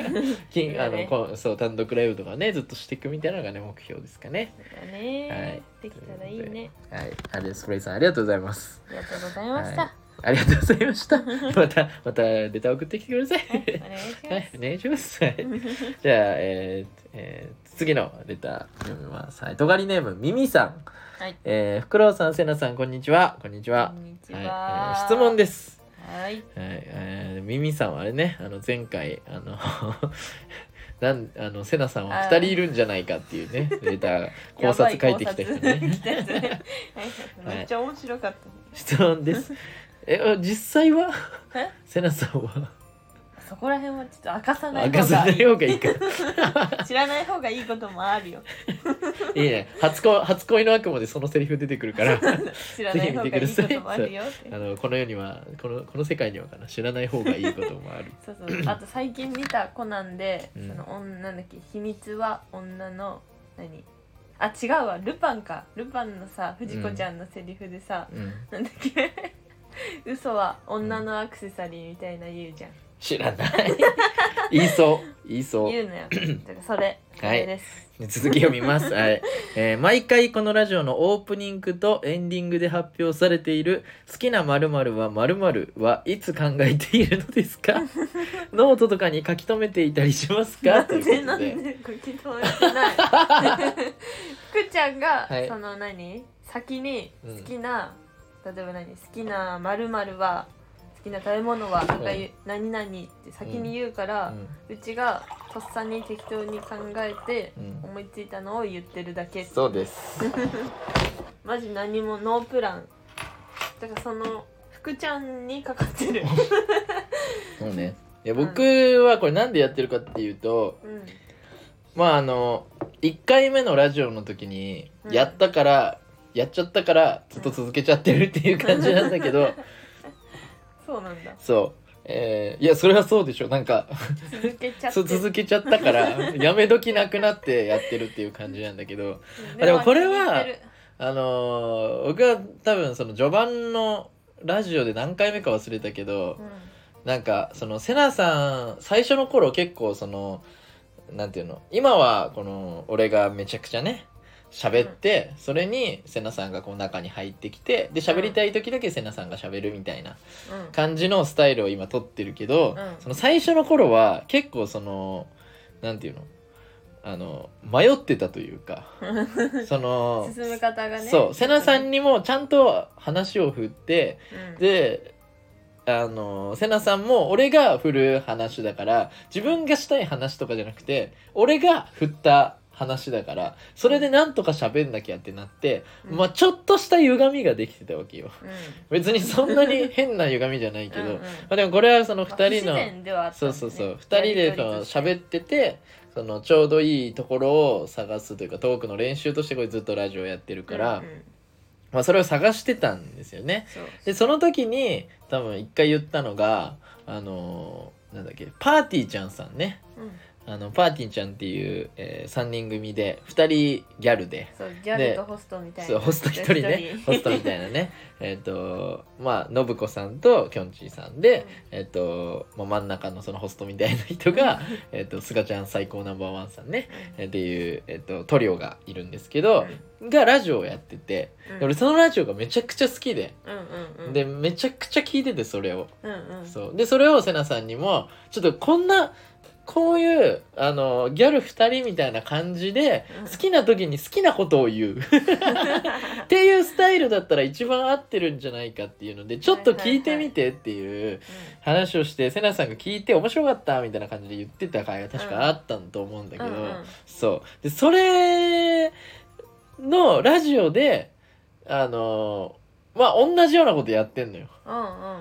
[LAUGHS] 金、
そうだ
あ
ね
のこうそう単独ライブとかねずっとしていくみたいなのがね目標ですかね。
だね、
はい
できたらいいね。
はい、あれスプレイさんありがとうございます。
ありがとうございました。
はいありがとうございま [LAUGHS] した。またまたレター送ってきてく [LAUGHS] ださい。
お願いしま
はい、お願いします。はいじゃあ、えーえー次のレター読みます。はい、とがりネームミミさん。
す。はい。
えー、ふくろうさん、せなさん、こんにちは。こんにちは
こ。んにち
は
は、。
いえー質問ですす。
はい。
はい、えー、ミミさんはあれね、あの前回、あの。 [LAUGHS] なん、あの、セナさんは二人いるんじゃないかっていうね、レ
[LAUGHS]
ター、考察書いてきた人
やばい考
ね。
察来た人ねはいめっちゃ面白かっ
質問です。え、実際は
え。
セナさんは。
た。そこら辺はちょっと明かさない
明
方
かさ
が
ないい方がいいか
い知らない方がいいこともあるよ
いいね初恋初恋の悪夢でそのセリフ出てくるから [LAUGHS]
知らない方がいいこともあるよって
あのこの世にはこのこの世界にはかな知らない方がいいこともある
そう
[CLEARS THROAT]
そうあと最近見たコナンで、
うん
その女なんだっけ秘密は女の何あ違うわルパンかルパンのさ藤子ちゃんのセリフでさ、
うん
なんだっけ [LAUGHS] 嘘は女のアクセサリーみたいな言うじゃん、
知らない
[LAUGHS]
言いそう言いそう
言うのよだからそれそれです、
続きを見ます、はいえー毎回このラジオのオープニングとエンディングで発表されている「好きな〇〇は〇〇はいつ考えているのです
[LAUGHS]
か? 」ノートとかに書き留めていたりしますか
なん
という
で
こ
な
と
ん
で
でご起動してないくちゃんが、
はい
その何先に
うん
好きな、例えば何好きなまるは好きな食べ物はとかいう、何々って先に言うから、うちがとっさに適当に考えて
うんうん
思いついたのを言ってるだけ
そうです
マジ何もノープランだからその福ちゃんにかかってる
そうねいや僕はこれなんでやってるかっていうと
うん
まああの1回目のラジオの時に
うん
やったから、やっちゃったからずっと続けちゃってるっていう感じなんだけ
[LAUGHS]
ど
そうなんだ
そう。えーいやそれはそうでしょなんか
続けちゃって
そう続けちゃったからやめ時なくなってやってるっていう感じなんだけど
うん
でもこれは
聞いてる
あのー僕は多分その序盤のラジオで何回目か忘れたけど
う
なんかそのセナさん最初の頃結構そのなんていうの今はこの俺がめちゃくちゃね喋ってそれにセナさんがこう中に入ってきてで喋りたい時だけセナさんが喋るみたいな
う
ん
ん
感じのスタイルを今撮ってるけど、
うん
その最初の頃は結構そのなんていうのあの迷ってたというか
[LAUGHS]
その、
進む方がね
そう瀬名さんにもちゃんと話を振って
うん
であの瀬名さんも俺が振る話だから自分がしたい話とかじゃなくて俺が振った話だからそれでなんとか喋んなきゃってなって、
うん
まあちょっとした歪みができてたわけよ
うん
別にそんなに変な歪みじゃないけど、
うんうん
まあ、でもこれはその
まあ
2人
不
の、
自然ではあったん
そう
だね
そうそう2人でその喋っててそのちょうどいいところを探すというかトークの練習としてこれずっとラジオやってるから、
うんうん
まあ、それを探してたんですよね。
そう
でその時に多分一回言ったのがあのーなんだっけパーティーちゃんさんね
うん
あのパーティーちゃんっていう、え3人組で2人ギャルで
そうギャルとホストみたいな
そうホスト一人
[LAUGHS]
ねホストみたいな [LAUGHS] ねえっとまあ信子さんときょんちぃさんで、えっとまあ、真ん中のそのホストみたいな人が「 [LAUGHS] えっとすがちゃん最高ナンバーワン」さんねえっていう、えっと、トリオがいるんですけど、がラジオをやっててで俺そのラジオがめちゃくちゃ好きで、
うんうんうん
でめちゃくちゃ聞いててそれを、
うんうん
そうでそれをセナさんにもちょっとこんなこういうあのギャル2人みたいな感じで
うん
好きな時に好きなことを [LAUGHS] 言うっていうスタイルだったら一番合ってるんじゃないかっていうのでちょっと聞いてみてっていう話をしてセナさんが聞いて面白かったみたいな感じで言ってた回が確かあったと思うんだけど、
うんうん
そうでそれのラジオであのまあ同じようなことやってんのよ
うん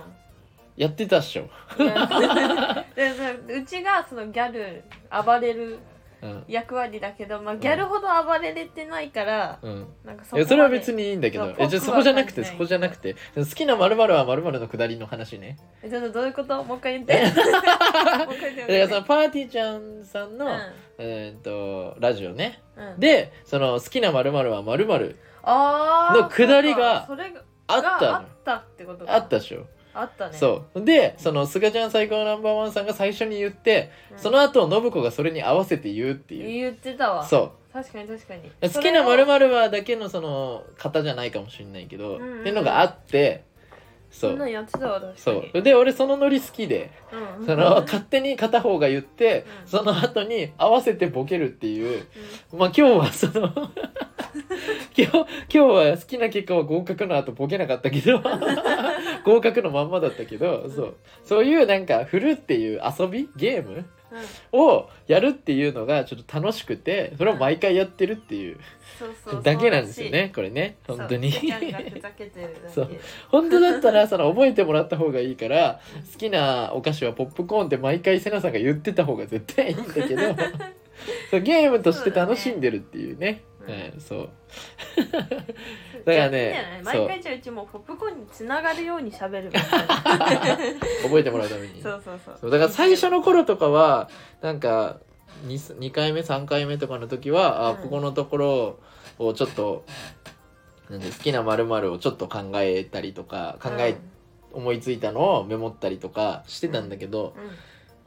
やってたっしょ、
うんいやでそううちがそのギャル暴れる
うん
役割だけどまあギャルほど暴れれてないから
うん、
なんか
い
そ
やそれは別
に
にいいんだけ
ま
ど
あ
えじゃあそこじゃなく
ポ
て
ッ
そ
プは
こじゃなくて好きな〇〇は〇〇のくだりの話ね
ちょっとどういうこともう一回言ってもう一回言っ
だか
て
らそのパーティーちゃんさんの、えーっとラジオね
うんうん
でその好きな〇〇は〇〇
あー
の下りが
そうかそれが
あっ
が
た
あ
の
ったってことか
あったでしょ、
あったね
そうでその「すがちゃん最高ナンバーワン」さんが最初に言って、
うん
その後信子がそれに合わせて言うってい
言
う、
ってたわ
そう
確かに確かに
好きな
そ
ま
れ
る
を
まるはだけのその型じゃないかもしれないけど、
うんうんうん
っていうのがあって
そ
そ
んな
うん
やってたわ確かに
そうで俺そのノリ好きで
うんうん
その勝手に片方が言って、
うん
その後に合わせてボケるっていうまあ今日はその [LAUGHS] 今日今日は好きな結果は合格の後ボケなかった
[LAUGHS]
けど合格のまんまだったけどそうそういうなんか振るっていう遊びゲーム
うん
をやるっていうのがちょっと楽しくてそれを毎回やってるっていう
そうそう
だけなんですよねこれね
そう
本当に
そうキャンがふざけてるだけ
そう [LAUGHS] 本当だったらその覚えてもらった方がいいから好きなお菓子はポップコーンって毎回セナさんが言ってた方が絶対いいんだ
[LAUGHS]
けどそうゲームとして楽しんでるっていうね
そう
う
だね
ん、そう
だか
だから
ね
らね
毎回じゃあうちもポップコーンにつながるように喋るみ
[LAUGHS]
たいな
覚えてもらうために
そうそうそう
そうだから最初の頃とかはなんか 2, 2回目3回目とかの時は、
うん
あここのところをちょっとなんで好きなまるをちょっと考えたりとか考え、思いついたのをメモったりとかしてたんだけど、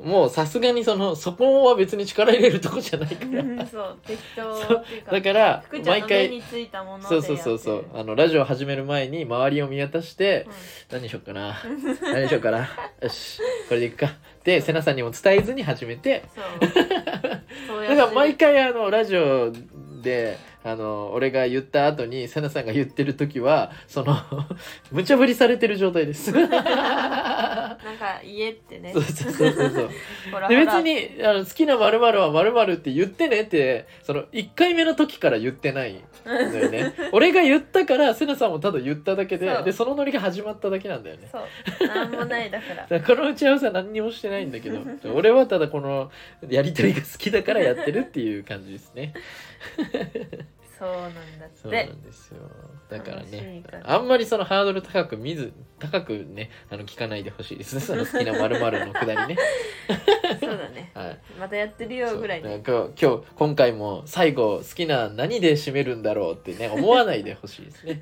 もうさすがにそのそこは別に力入れるとこじゃないか
うん、
ら、
うん、そう適
そ
当っていうか
だから
福ちゃん
毎
の目
回
についたもので
[LAUGHS] そ
や
う
って
そ
る
うそうそうあのラジオ始める前に周りを見渡して、何にしよっ
[LAUGHS]
かな何にしよっかなよしこれでいくかで瀬名さんにも伝えずに始めて
うん、そうそうやって
だから毎回あのラジオであの俺が言った後にセナさんが言ってる時はその [LAUGHS] 無茶ぶりされてる状態ですそ
な
う
んか家ってね
そうそうそう
[LAUGHS]
そう
ほら
で
ほ
別
ら
にあの好きな〇〇は〇〇って言ってねってその1回目の時から言ってないんだ
[LAUGHS]
よね俺が言ったからセナさんもただ言っただけで
そう
でそのノリが始まっただけなんだよね
そうなんもないだから
だからこの打ち合わせは何にもしてないんだけど俺はただこのやりとりが好きだからやってるっていう感じですね
そうなんだっ
そうな
て
んですよだから
楽し
ね
いから
あんまりそのハードル高く見ず高くねあの聞かないでほしいで
[LAUGHS]
すねその好きな〇〇のくだりね
そうだね
はい
またやってるよ
そう
ぐらい
なん
ね
か今日今回も最後好きな何で締めるんだろうってね思わないでほしいですね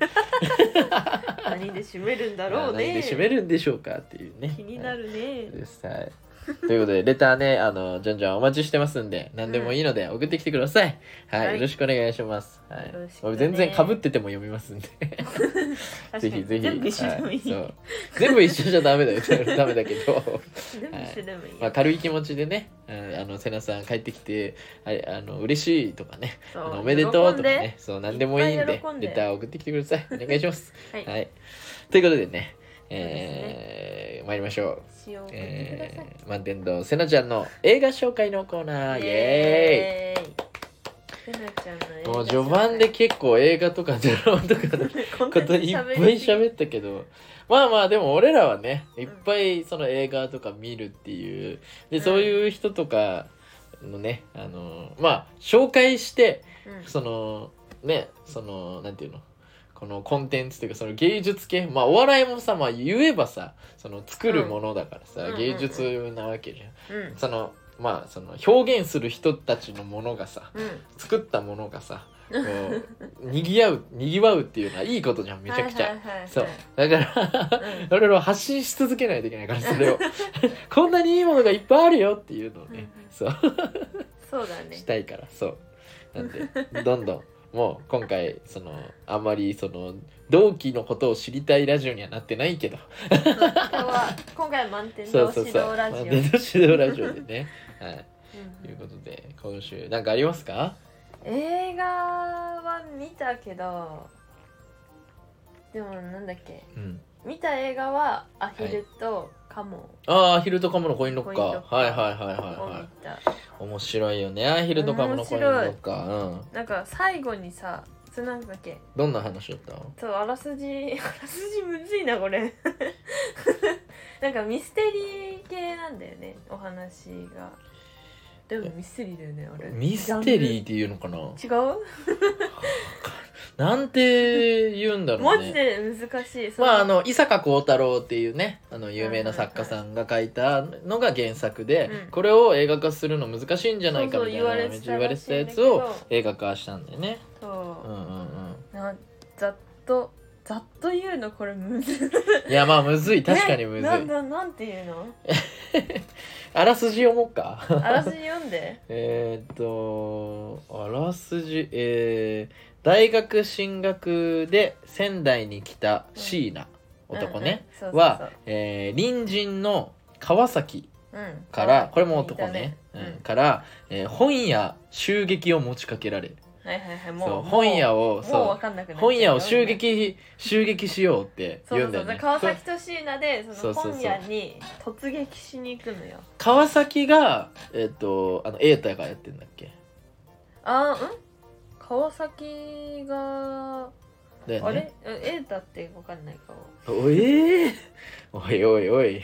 何で締めるん [LAUGHS] だ
ま
ろ
あ
う
何で
ね
締めるんでしょうかっていうね
気にな
る
るね
ですはいということでレターねあのじゃんじゃんお待ちしてますんで何でもいいので送ってきてください、はい、
はい
よろしくお願いします、は
よろしくね
い、全然かぶってても読みますんでぜ
確か
ひ
に
ぜひ
全部一緒でもいい
はそう全部一緒じゃダメ
[LAUGHS]
だよダメだけど、
全部一緒でもいいよ
まあ、軽い気持ちでねうんあの瀬名さん帰ってきてあれあの嬉しいとかね
そ
あ
う
のおめでとうと
喜
か
んで
ねそう何でもいいんで
いっぱい喜んで
レター送ってきてくださ
[LAUGHS]
いお願いします、
はい
はい、ということでね
うですね
えー参りましょう、
使用してください
えー、満天堂瀬名ちゃんの映画紹介のコーナーイエーイ
エーイせなちゃんの映画
もう序盤で結構映画とかドラマとかの
こ
こといっぱい喋ったけどまあまあでも俺らはねいっぱいその映画とか見るっていう
う
で
ん
そういう人とかのねあのまあ紹介してそのねそのなんていうのこのコンテンツというかその芸術系まあお笑いもさまあ言えばさその作るものだからさ、
うん
芸術なわけじゃん。
うんうん
そのまあその表現する人たちのものがさ
うん
作ったものがさ
[LAUGHS]
こうにぎわうにぎわうっていうのはいいことじゃんめちゃくちゃ。
はいはいはいはい
そうだから
うん
俺らは発信し続けないといけないからそれを [LAUGHS] こんなにいいものがいっぱいあるよっていうのをね、
うんうん
そう
そうだね
したいからそうなんでどんどんもう今回そのあんまりその同期のことを知りたいラジオにはなってな
[LAUGHS]
いけど
そう今日は今回は満点
そ
の
うそう
指
そ
導
う
ラジオ
まあ電動指導ラジオでねはい
うん
ということで今週なんかありますか
映画は見たけどでもなんだっけ
うん
見た映画はアヒルとカモ
ああアヒルとカモのコインロッカー
コインロッカー
はいはいはい
を
はいは
見
い
た、
面白いよねアヒルとカモのコインロッカーうん
なんか最後にさそれなんだっけ
どんな話だったの
そうあらすじ [LAUGHS] あらすじむずいなこれ [LAUGHS] なんかミステリー系なんだよねお話がでもミステリーだよねあれ
ミステリー
ー
っていうのかな
違う
なんて言うんだろう
マジ
ね
で難しいそ
まああの伊坂幸太郎っていうねあの有名な作家さんが書いたのが原作で、
うん
これを映画化するの難しいんじゃないか
そう
み
そう
た
言わ
いな
れ
め
て
っち
た
ゃ言わ
ら
れて
したい
や
んだけ
つ
ど
を映画化したんだよね
そ
うんうんうん
うなざっとざっと言うのこれむずい
いやまあむずい [LAUGHS] 確かにむずい、
なんだなんて言うの
あらすじ読もうか
あらすじ読んで
えーっとあらすじえー大学進学で仙台に来た椎名、 [LAUGHS] 男ね、
うんうん
は、えー隣人の川崎
そうそうそううん
から、これも男ね、うんから、えー本屋襲撃を持ちかけられ
見たはいはいはいもう
そ
も
う
う
本屋を
もう
そ
分かんなくな
う
っちゃう
本屋を襲撃襲撃しようって
そう
言
そううんそ
だ
う、
よね
川
そう
崎俊也でそ
そう
の
そうそう
本屋に突撃しに行くのよ
川崎がえっ、とあの瑛太がやってんだっけ
あーうん川崎が
だよ
あ
ね
れエータって分かんない顔
おえー、おいおいおい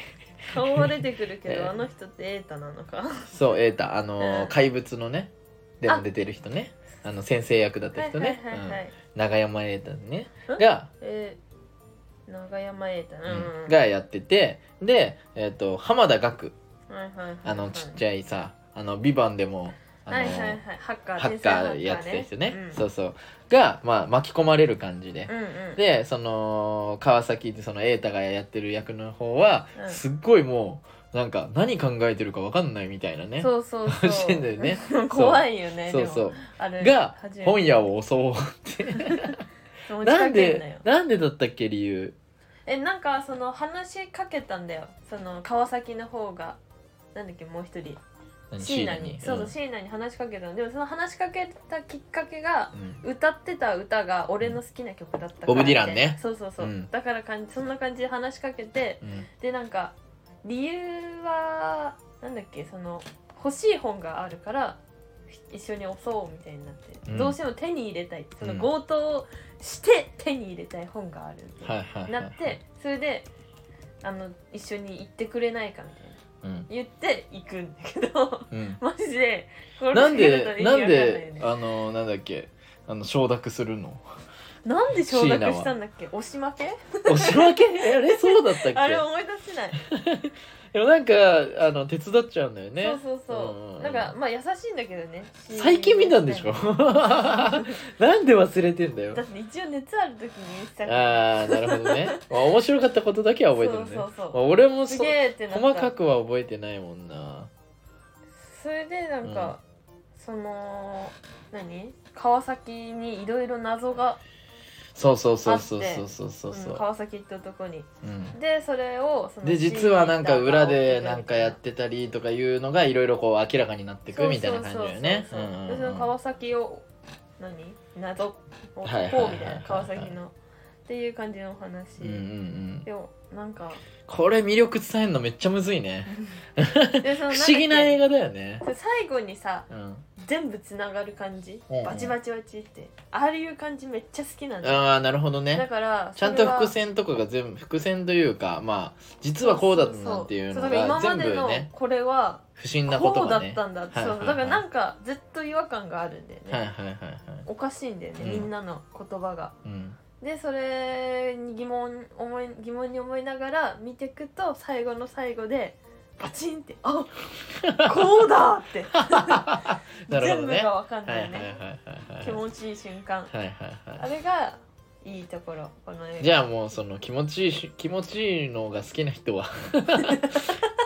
顔は出てくるけ
ええ
どあの人ってエータな
[LAUGHS]
のか
そう瑛太あのー
うん
怪物のねでも出てる人ねあの先生役だった人ね、
はいはいはいはい、
うん、永山瑛太ね
ん
が、
えー長山エータうんうん、
うんがやっててで、えっと浜田岳
はいはいはいはい
あのちっちゃいさ「あのビバンでもあの、
はいはいはいハッカー
ハッカーやってた人ね、そううそうが、まあ、巻き込まれる感じで、
ん、うんうん、
でその川崎ってその瑛太がやってる役の方は、
うん
すっごいもうなんか何考えてるか分かんないみたいなねそう
そうそうそう
[LAUGHS] してんだよね
怖いよね
そう
でもあれ
が
初めて
本屋を襲おう
持ち
な
か
ん
けんなよ
でなんでだったっけ理由
えなんかその話しかけたんだよその川崎の方がなんだっけもう一人椎名にそうそう椎名に話しかけたのでもその話しかけたきっかけが
うんうん
歌ってた歌が俺の好きな曲だったから
ボブディランね
そうそうそう、
うん
だから感じそんな感じで話しかけて
うん
でなんか理由はなんだっけその欲しい本があるから一緒に押そうみたいになって、
うん
どうしても手に入れたいその
うん
強盗をして手に入れたい本があるって
はいはいはい
なってそれであの一緒に行ってくれないかみたいな
うん
言って行くんだけど [LAUGHS]
うん
マジでこれ
なん
だ
で
と意味
な
わか
ん
ない
で
よね
あのなんだっけあの承諾するの [LAUGHS]
なんで承
椎名
諾
は
したんだっけ押し負け
押し負 [LAUGHS] けあれそうだったっけ
あれ思い出せない、
でもなんかあの手伝っちゃうんだよね
そうそうそう、
うんうんうん
なんかまあ優しいんだけどね
最近見たんでしょ [LAUGHS] なんで忘れてんだよ
だって一応熱ある時に見せたから
ああなるほどね、まあ、面白かったことだけは覚えてるね
そうそうそう
まあ俺も
す
そ
げ
う
えってなった
細かくは覚えてないもんな
それでなんか、その何川崎にいろいろ謎が
そうそうそうそう
あって
そうそうそうそ
うん
う、
川崎って男に
うん
でそれをその
で実はなんか裏でなんかやってたりとかいうのがいろいろこう明らかになってくみたいな感じだよね
そうそうそうそう
う
でそ
んうん
の
うん
川崎を何謎をこうみ
はいはいはいはい
たいな川崎のっていう感じのお話、
うんうん
でもなん
[LAUGHS]
か
これ魅力伝えるのめっちゃむずいね
でそのんだっ
不
け
思議な映画だよね
そう最後にさ
うん
全部つながる感じ、
うんうん
バチバチバチってああいう感じめっちゃ好きなんだよ
ああなるほどね
だから
ちゃんと伏線とかが全部伏線というかまあ実はこうだったなんていうのが全部
そうそうそうだから今までの
ね
これは
不審なこ
ことうだ
が
っ
ね
たんだって、
はいはいは
そ
い
うだからなんかずっと違和感があるんだよね、
はいはいはいはい、
おかしいんだよね、
うん
みんなの言葉が [LAUGHS]
うん、
でそれに疑問思い疑問に思いながら見てくと最後の最後でパチンってあこうだって
[LAUGHS] なるほど
全部
ね
が
は
わかん
いはい
な
はいい
ね、
はい
気持ちいい瞬間、
はいはい
あ
は
れがいいところこの映画
いじゃあもうその気持ちいいし気持ちいいのが好きな人は [LAUGHS] ぜ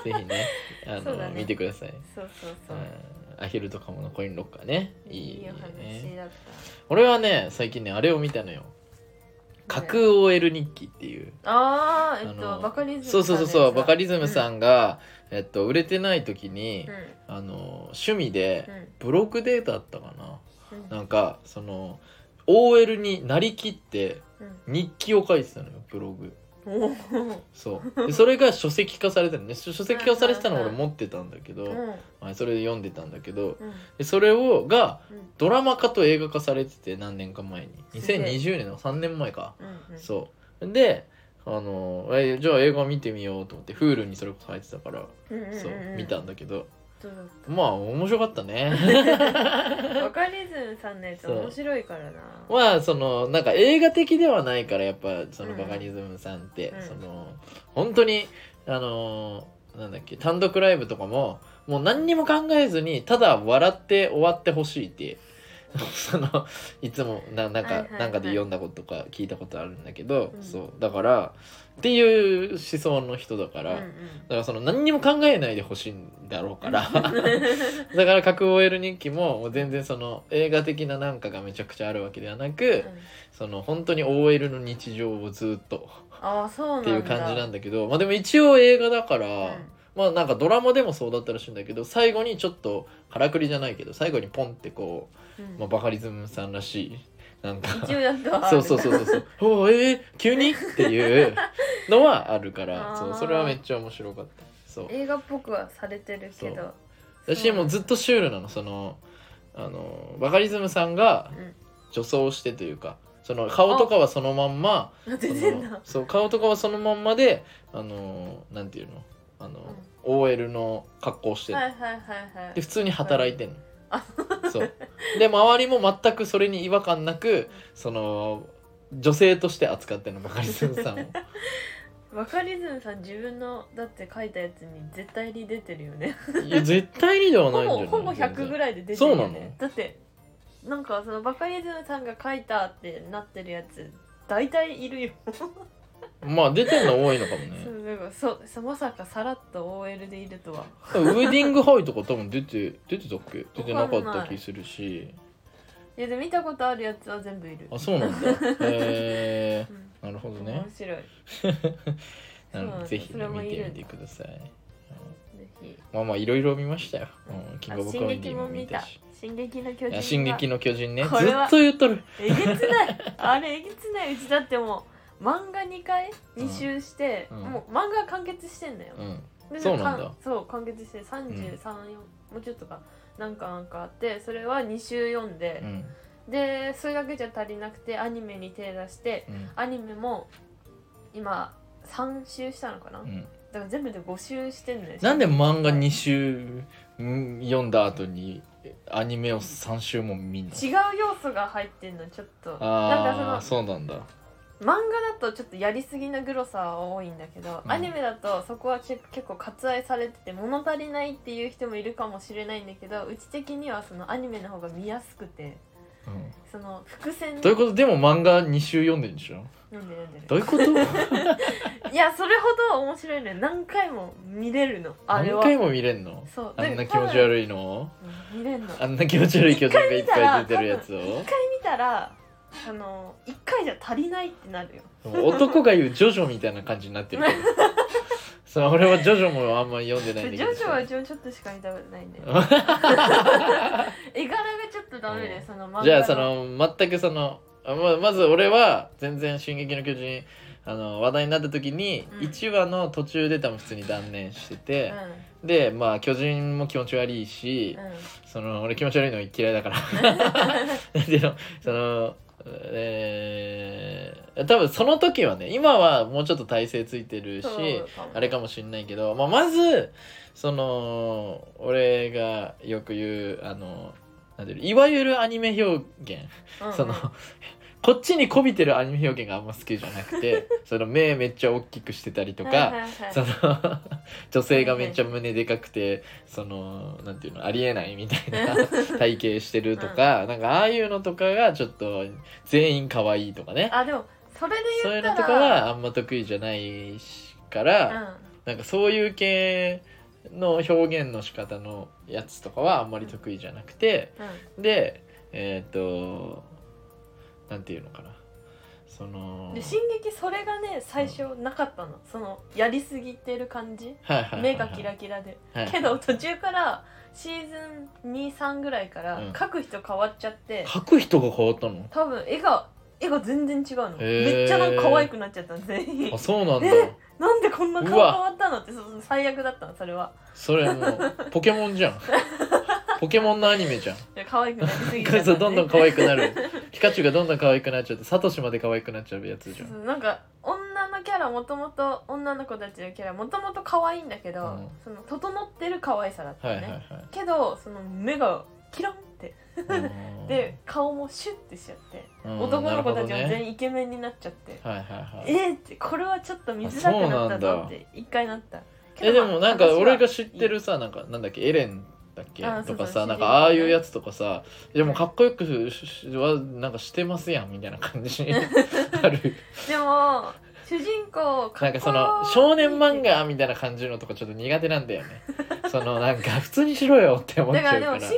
ひねあ
そ
の
うだね
見てください、
そうそうそう、
うん、アヒルとカモのコインロッカーねいい
いいお話
ね
だった
俺はね最近ねあれを見たのよ「架空 OL 日記」っていう
ああえっ
あ
と
の
バカリズム
そうそうそうそうバカリズム
ん
さんが、えっと、売れてない時に
の、や
あの趣味
つ
で
だうん
ブログデータあったかな、
うんうん
なんかその OL になりきって
うん
日記を書いてたのよブログ
おー
そうでそれが書籍化されたのね書書籍化されてたの
はいはい
俺
はい
持ってたんだけ
う
ど、
ん
はい、それで読んでたんだけど
うん
でそれをが
うん
ドラマ化と映画化されてて何年か前に
すげえ
2020年の3年前か
うんうん
そうであのえじゃあ映画見てみようと思って Hulu にそれこそ入ってたから、
うんうんうん
そう見たんだけど
どうだっ
まあ面白かったね
た [LAUGHS] バカリズムさんのやつ
そう
面白いからな
まあそのなんか映画的ではないからやっぱその
うん
バカリズムさんって、
うん
その本当にあのーなんだっけ単独ライブとかももう何にも考えずにただ笑って終わってほしいって [LAUGHS] そのいつもななんか、
はいはいはい
なんかで読んだこととか聞いたことあるんだけど、
うん
そうだからっていう思想の人だから、
うんう
だ
ん
からその何にも考えないでほしいんだろ
[LAUGHS]
うから。だから架空 OL 日記ももう全然その映画的ななんかがめちゃくちゃあるわけではなく
うん
その本当に OL の日常をずっと
ああそうなん
っ
だ
ていう感じなんだけどまあでも一応映画だから、
うん
まあなんかドラマでもそうだったらしいんだけど最後にちょっとからくりじゃないけど最後にポンってこう、まあ、バカリズムさんらしいなんか
一応なんかある
[LAUGHS] そうそうそうそうそう「おおえー、急に?」っていうのはあるか
あ
ら
ー
そうそれはめっちゃ面白かったそう
映画っぽくはされてるけど
私もうずっとシュールなのそのあのバカリズムさんが
うん
女装してというかその顔とかはそのまんま
出
そ
てん
の
だ
そう顔とかはそのまんまであのなんていうのあの、OL の格好をしてる、
はいはいはいは
で
い
普通に働いてんの、そうで周りも全くそれに違和感なくその女性として扱ってんのバカリズムさ
[LAUGHS]
んを
バカリズムさん自分のだって書いたやつに絶対に出てるよね
いや絶対にで
ほ
は [LAUGHS] ないんじゃな
ぼほ
い
ぼ100ぐ
い
らいで出てるよね
そうなの
だってなんかそのバカリズムさんが書いたってなってるやつ大体いるよ、
まあ出てんの多いのかも
[LAUGHS] そ
ね
うなんかそそまさかさらっと OL でいるとは
ウェディングハイとか多分出て出てたっけ出てなか
わ
っ
かんな
た
い
気するし
いやでも見たことあるやつは全部いる
あそうなんだへえ
[LAUGHS] う
なるほど
ん、
ね
面白いそうなん
なの
だ
でぜひ
そ
ね、
れも
見
い
て
る
みてください
ぜひ
まあまあいろいろ見ましたよ、うん、キン
あ
グオブコ
進
メデ
撃
ィ
も
も
見
見
た
たし
進撃の巨
い
人
や
は
進撃の巨人ねずっ
これは
と言っとる
えげつないあれえげつないうちだってもう漫画2回2周して、
うん
もう漫画完結してんだよ、
うん
で
そうなんだ
かそう完結して334、4もうちょっとかなんかなんかあってそれは2週読んで
う、ん
でそれだけじゃ足りなくてアニメに手出して
うん
アニメも今3週したのかな、
う
だ
ん
から全部で5週してんのよ
なんで漫画2週うん読んだ後にアニメを3週も見んの
違う要素が入ってんのちょっとなん
あ
か
あ
その
そうなんだ
漫画だとちょっとやりすぎなグロさは多いんだけど、
うん
アニメだとそこは結構割愛されてて物足りないっていう人もいるかもしれないんだけどうち的にはそのアニメの方が見やすくて。
うん
その伏線
どういうことでも漫画2週読んでるんでしょ
読んでる読んで
どういうこと
るいやそれほど面白いね何回も見れるの [LAUGHS] あれ
何
は
回も見れんの
そう
あんな
で
気持ち悪いの
多分うん見れるの一
あ
回
んな気持ち悪い巨人がいっぱい出てるやつを
見たらあの一回じゃ足りないってなるよ
でも男が言うジョジョみたいな感じになってる
[LAUGHS]
けどそう俺はジョジョもあんまり読んで
ジ
ないんだ
ョ
け
ジ
ど
ョはジョちょっとしか見たことないんだよ
[LAUGHS]
絵柄がちょっとダメで
うん
その漫画
じゃあその全くそのあままず俺は全然「進撃の巨人」あの話題になった時に
うん
1話の途中で多分普通に断念
う
して
ん
て
う、
でまあ巨人も気持ち悪い
ん
し、その俺気持ち悪いの嫌いだから
[LAUGHS]
でもそのえー多分その時はね今はもうちょっと体勢ついてるし
そうかも
あれかもしんないけど、まあ、まずその俺がよく言うあのなんていうのいわゆるアニメ表現
うんうん
その、こっちにこびてるアニメ表現があんま好きじゃな
[LAUGHS]
くてその目めっちゃ大きくしてたりと
はいはい
か
はい
その [LAUGHS] 女性がめっちゃ胸でかくてそのなんていうのありえないみたいな
[LAUGHS]
体型してるとか、なんかああいうのとかがちょっと全員可愛いとかね
[LAUGHS] あでもそれで
そうい
言った
うのと
ら
かはあんま得意じゃないしから。なんかそういう系の表現の仕方のやつとかはあんまり得意じゃなくて
うんうん
でえっ、となんていうのかなその
で進撃それがね最初なかったの、そのやりすぎてる感じ
はいはいはいはい
目がキラキラで、
はい
けど途中からシーズン23ぐらいから
うん
描く人変わっちゃって、
書く人が変わったの
多分絵が絵が全然違うの、
へー
めっちゃなんか可愛くなっちゃったの全員
あそうなんだ
えなんでこんな顔変
うわ
わったのってそう最悪だったのそれは
それもうポケモンじ
[LAUGHS]
ゃんポケモンのアニメじゃん
いや可愛くな
[LAUGHS]
りすぎちゃ
こ
っ
い
た
つ
ね
どんどん可愛くなるピカチュウがどんどん可愛くなっちゃってサトシまで可愛くなっちゃうやつじゃん
そうなんか女のキャラもともと女の子たちのキャラもともと可愛いんだけど、
うん
その整ってる可愛さだった
は
の
い
ね、
はいはい
けどその目がキランって
うーん
で顔もシュッてしちゃって、
うん
男の子たち
なるほど
は
ね
全員イケメンになっちゃって、
はいはいはい
えーってこれはちょっと見づらくなったぞって一回なった
えでもなんか俺が知って
る
るさなんかなんだっけエレンだっけ
あそうそう
とか
主人公
さ
ね
なんかああいうやつとかさでもかっこよくししはなんかしてますやんみたいな
[LAUGHS]
感じある
でも主人公
なんかその少年漫画みたいな感じのとかちょっと苦手なんだよ
[LAUGHS]
ねそのなんか普通にしろよって思っち
だから
ゃう
で
か
も「
ら
進撃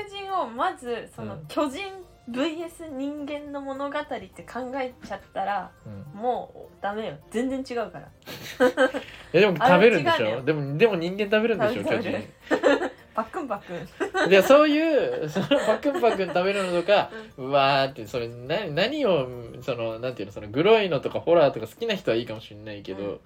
の巨人」をまずその
うん
巨人 VS 人間の物語って考えちゃったら
うん
もうダメよ全然違うから
やでも食べるんでし
あれ違うの
ょ
よ
でもでも人間食べるんでしょ
食べ
巨
る食べ
人
るパックンパックン
[LAUGHS] でそういうそのパクンパクン食べるのとか、うわーってそれな何をそのなんていうのそのグロいのとかホラーとか好きな人はいいかもしれないけど、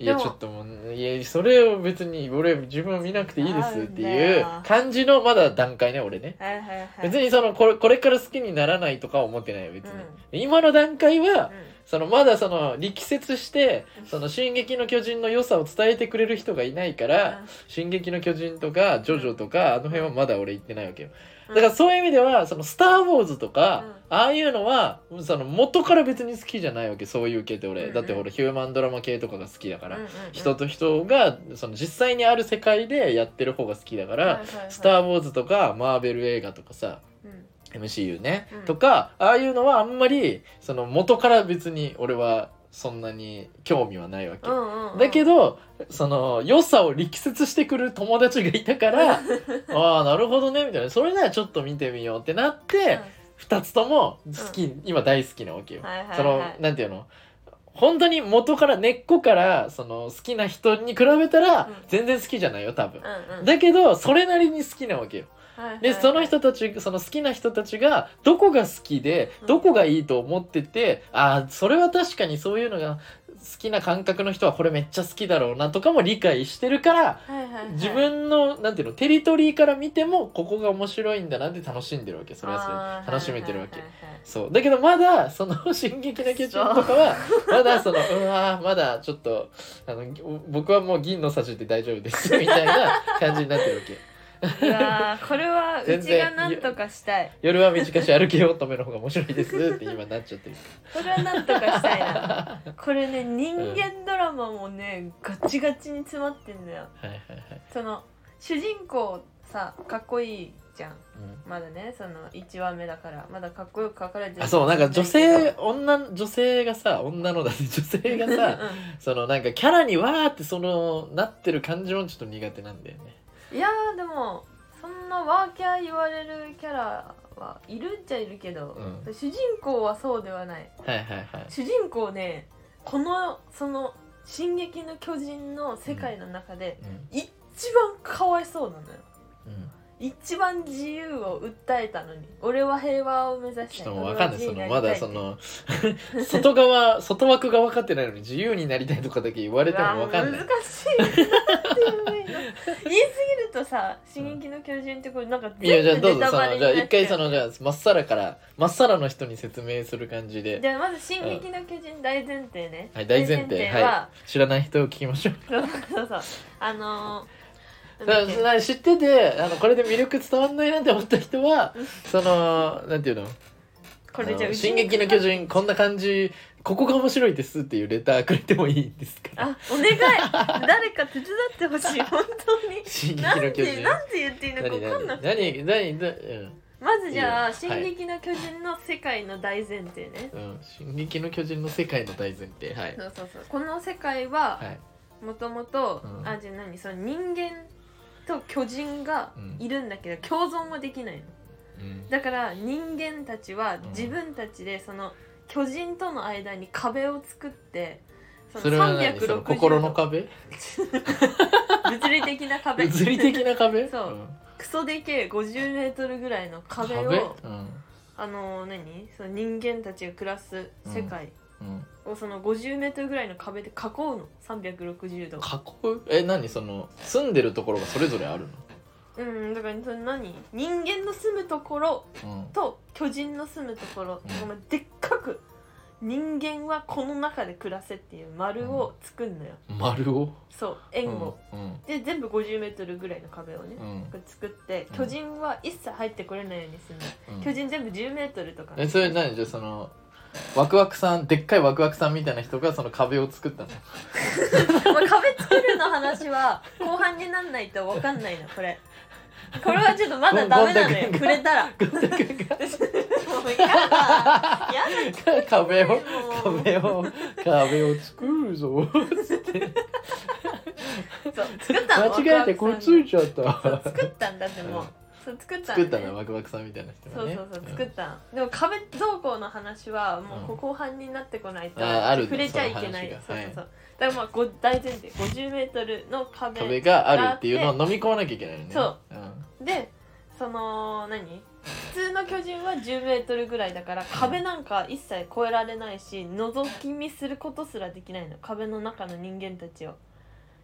いや
でも
ちょっともういやそれを別に俺自分は見なくていいですっていう
なんだよ
感じのまだ段階ね俺ね。
はいはいはい
別にそのこれこれから好きにならないとかは思ってないよ別に、
うん
今の段階は
う
そのまだその力説してその「進撃の巨人」の良さを伝えてくれる人がいないから
うん
「進撃の巨人」とか「ジョジョ」とかあの辺はまだ俺行ってないわけよ
う
だ
ん
からそういう意味では「そのスター・ウォーズ」とか
うん
ああいうのはその元から別に好きじゃないわけそういう系って
うん
俺
うん
だって俺ヒューマンドラマ系とかが好きだから
うんうんうん
人と人がその実際にある世界でやってる方が好きだから「スター・ウォーズ」とかマーベル映画とかさ
うん、
MCU ね、
うん
とかああいうのはあんまりその元から別に俺はそんなに興味はないわけ、
うんうん
だけ
ど
どその良さを力説してくる友達がいたからああなるほどねみたいなそれならちょっと見てみようってなって、2つとも好き、今大好きなわけよ、
はいはいはい
そのなんていうの本当に元から根っこからその好きな人に比べたら
うん
全然好きじゃないよ多分、
うんうん
だけどそれなりに好きなわけよ
はいはい
[LAUGHS] でその人たちその好きな人たちがどこが好きでどこがいいと思ってて、ああそれは確かにそういうのが好きな感覚の人はこれめっちゃ好きだろうなとかも理解してるから
はいはいはい
自分のなんていうのテリトリーから見てもここが面白いんだなって楽しんでるわけそれはそれで
あー
楽しめてるわけ。
はいはいはいはい
そうだけどまだその「 [LAUGHS] 進撃の巨人」と
[LAUGHS]
かはまだそのうわーまだちょっとあの僕はもう銀の差しで大丈夫ですみたいな感じになってるわけ。
いやーこれはう
全
ち
然
がなんとかしたい
夜は短し歩けよ乙女の方が面白いですって今なっち
[LAUGHS]
ゃってる
これはなんとかしたいなこれね人間ドラマもねガチガチに詰まってんだよ
はいはいはい、
その主人公さかっこいいじゃん
うん
まだねその1話目だからまだかっこよく書かれてる
あそうなんか女性
う
女女性がさ女のだって女性が
ん
さそのなんかキャラにわーってそのなってる感じもちょっと苦手なんだよね
いやーでもそんなワーキャー言われるキャラはいるっちゃいるけど、
う
主人公はそうではない
はいはいはい
主人公ねこのその「進撃の巨人」の世界の中で
うん
一番かわいそうなのよ
うん
一番自由を訴えたのに俺は平和を目指したい
ちょっともうわかんな
俺
い
は自
そ
由に
の
り
ま
たい
だ
って
その外側外枠が分かってないのに自由になりたいとかだけ言われて
うわ
も分かんない
難しいなんて言えばいいの言いすぎるとさ「進撃の巨人」ってこれなんか
いやじゃあ
全部
どう
ネタ
ぞそ
バ
の
レに
じゃ
な
あ
っちゃ
一回そのじゃあまっさらからまっさらの人に説明する感じで
じゃあまず「進撃の巨人」大前提ね、
はい大前提
は
は、い知らない人を聞きましょう
[LAUGHS] そうそうそうあのー
だ
なんだ
か [LAUGHS]
っけ
ら知っててあのこれで魅力伝わんないなって思った人はそのなんていうの
これじゃ
あ
あ
の
うち
進撃の巨人」こんな感じここが面白いですっていうレターくれてもいいですか
あ、お願い誰か手伝ってほしい本当
[LAUGHS] 進撃
になん
の巨
て
人
なんて言っていいのか
何
分かんな
何
くて
何何何うん
まずじゃあ「
いい
進
よはい
撃の巨人」の世界の大前提ね
うん「進撃の巨人」の世界の大前提はい
そうそうそうこの世界は
はい
もともと
うん
あじゃあ何その人間と巨人がいるんだけど共存はできないの
うん
だから人間たちは自分たちでその巨人との間に壁を作ってそ
それ
の
は何
360
その
度
心の壁
物理的な壁
物理的な壁
そう [LAUGHS] クソでけえ50メートルぐらいの
うん
壁を
壁うん
あの何その人間たちが暮らす世界
うん
をその50メートルぐらいの壁で囲うの360度
囲うえ何その住んでるところがそれぞれある
うんだからその何人間の住むところ
のうん
と巨人の住むところ、
うん
お前でっかく人間はこの中で暮らせっていう丸を作んのよ、
丸を
そう円を、
うん
で全部50メートルぐらいの壁をね、
うん
これ作って
うん
巨人は一切入ってこれないようにするの、
うん
巨人全部10メートルとか
えそれ何じゃあそのワクワクさんでっかいワクワクさんみたいな人がその壁を作ったの
[LAUGHS] まあ、壁作るの話は後半になんないと分かんないのこれこれはちょっとまだダメなのよ
ゴンゴンダ君が
触れたらもう嫌だ嫌だ
壁を
もう
壁を壁を作るぞ
[LAUGHS] そう作ったの
間違えて
ワク
こ
ワ
れ
ク
つ
さん
いちゃった
そう作ったんだってもう、そう作った
作ったの
ね
はワクワクさんみたいな人
そ
が
う
ね
そうそう、
ん
作ったのでも壁どうこうの話はもうここ後半になってこないと、
うんあーあるんだ
触れちゃいけない
そ
そうう
い
そううそ
話
う、だからまあご大前提50メートルの壁
壁があるっていうのを飲み込まなきゃいけないよね
そう、
ん
でその何普通の巨人は10メートルぐらいだから壁なんか一切越えられないし覗き見することすらできないの壁の中の人間たちを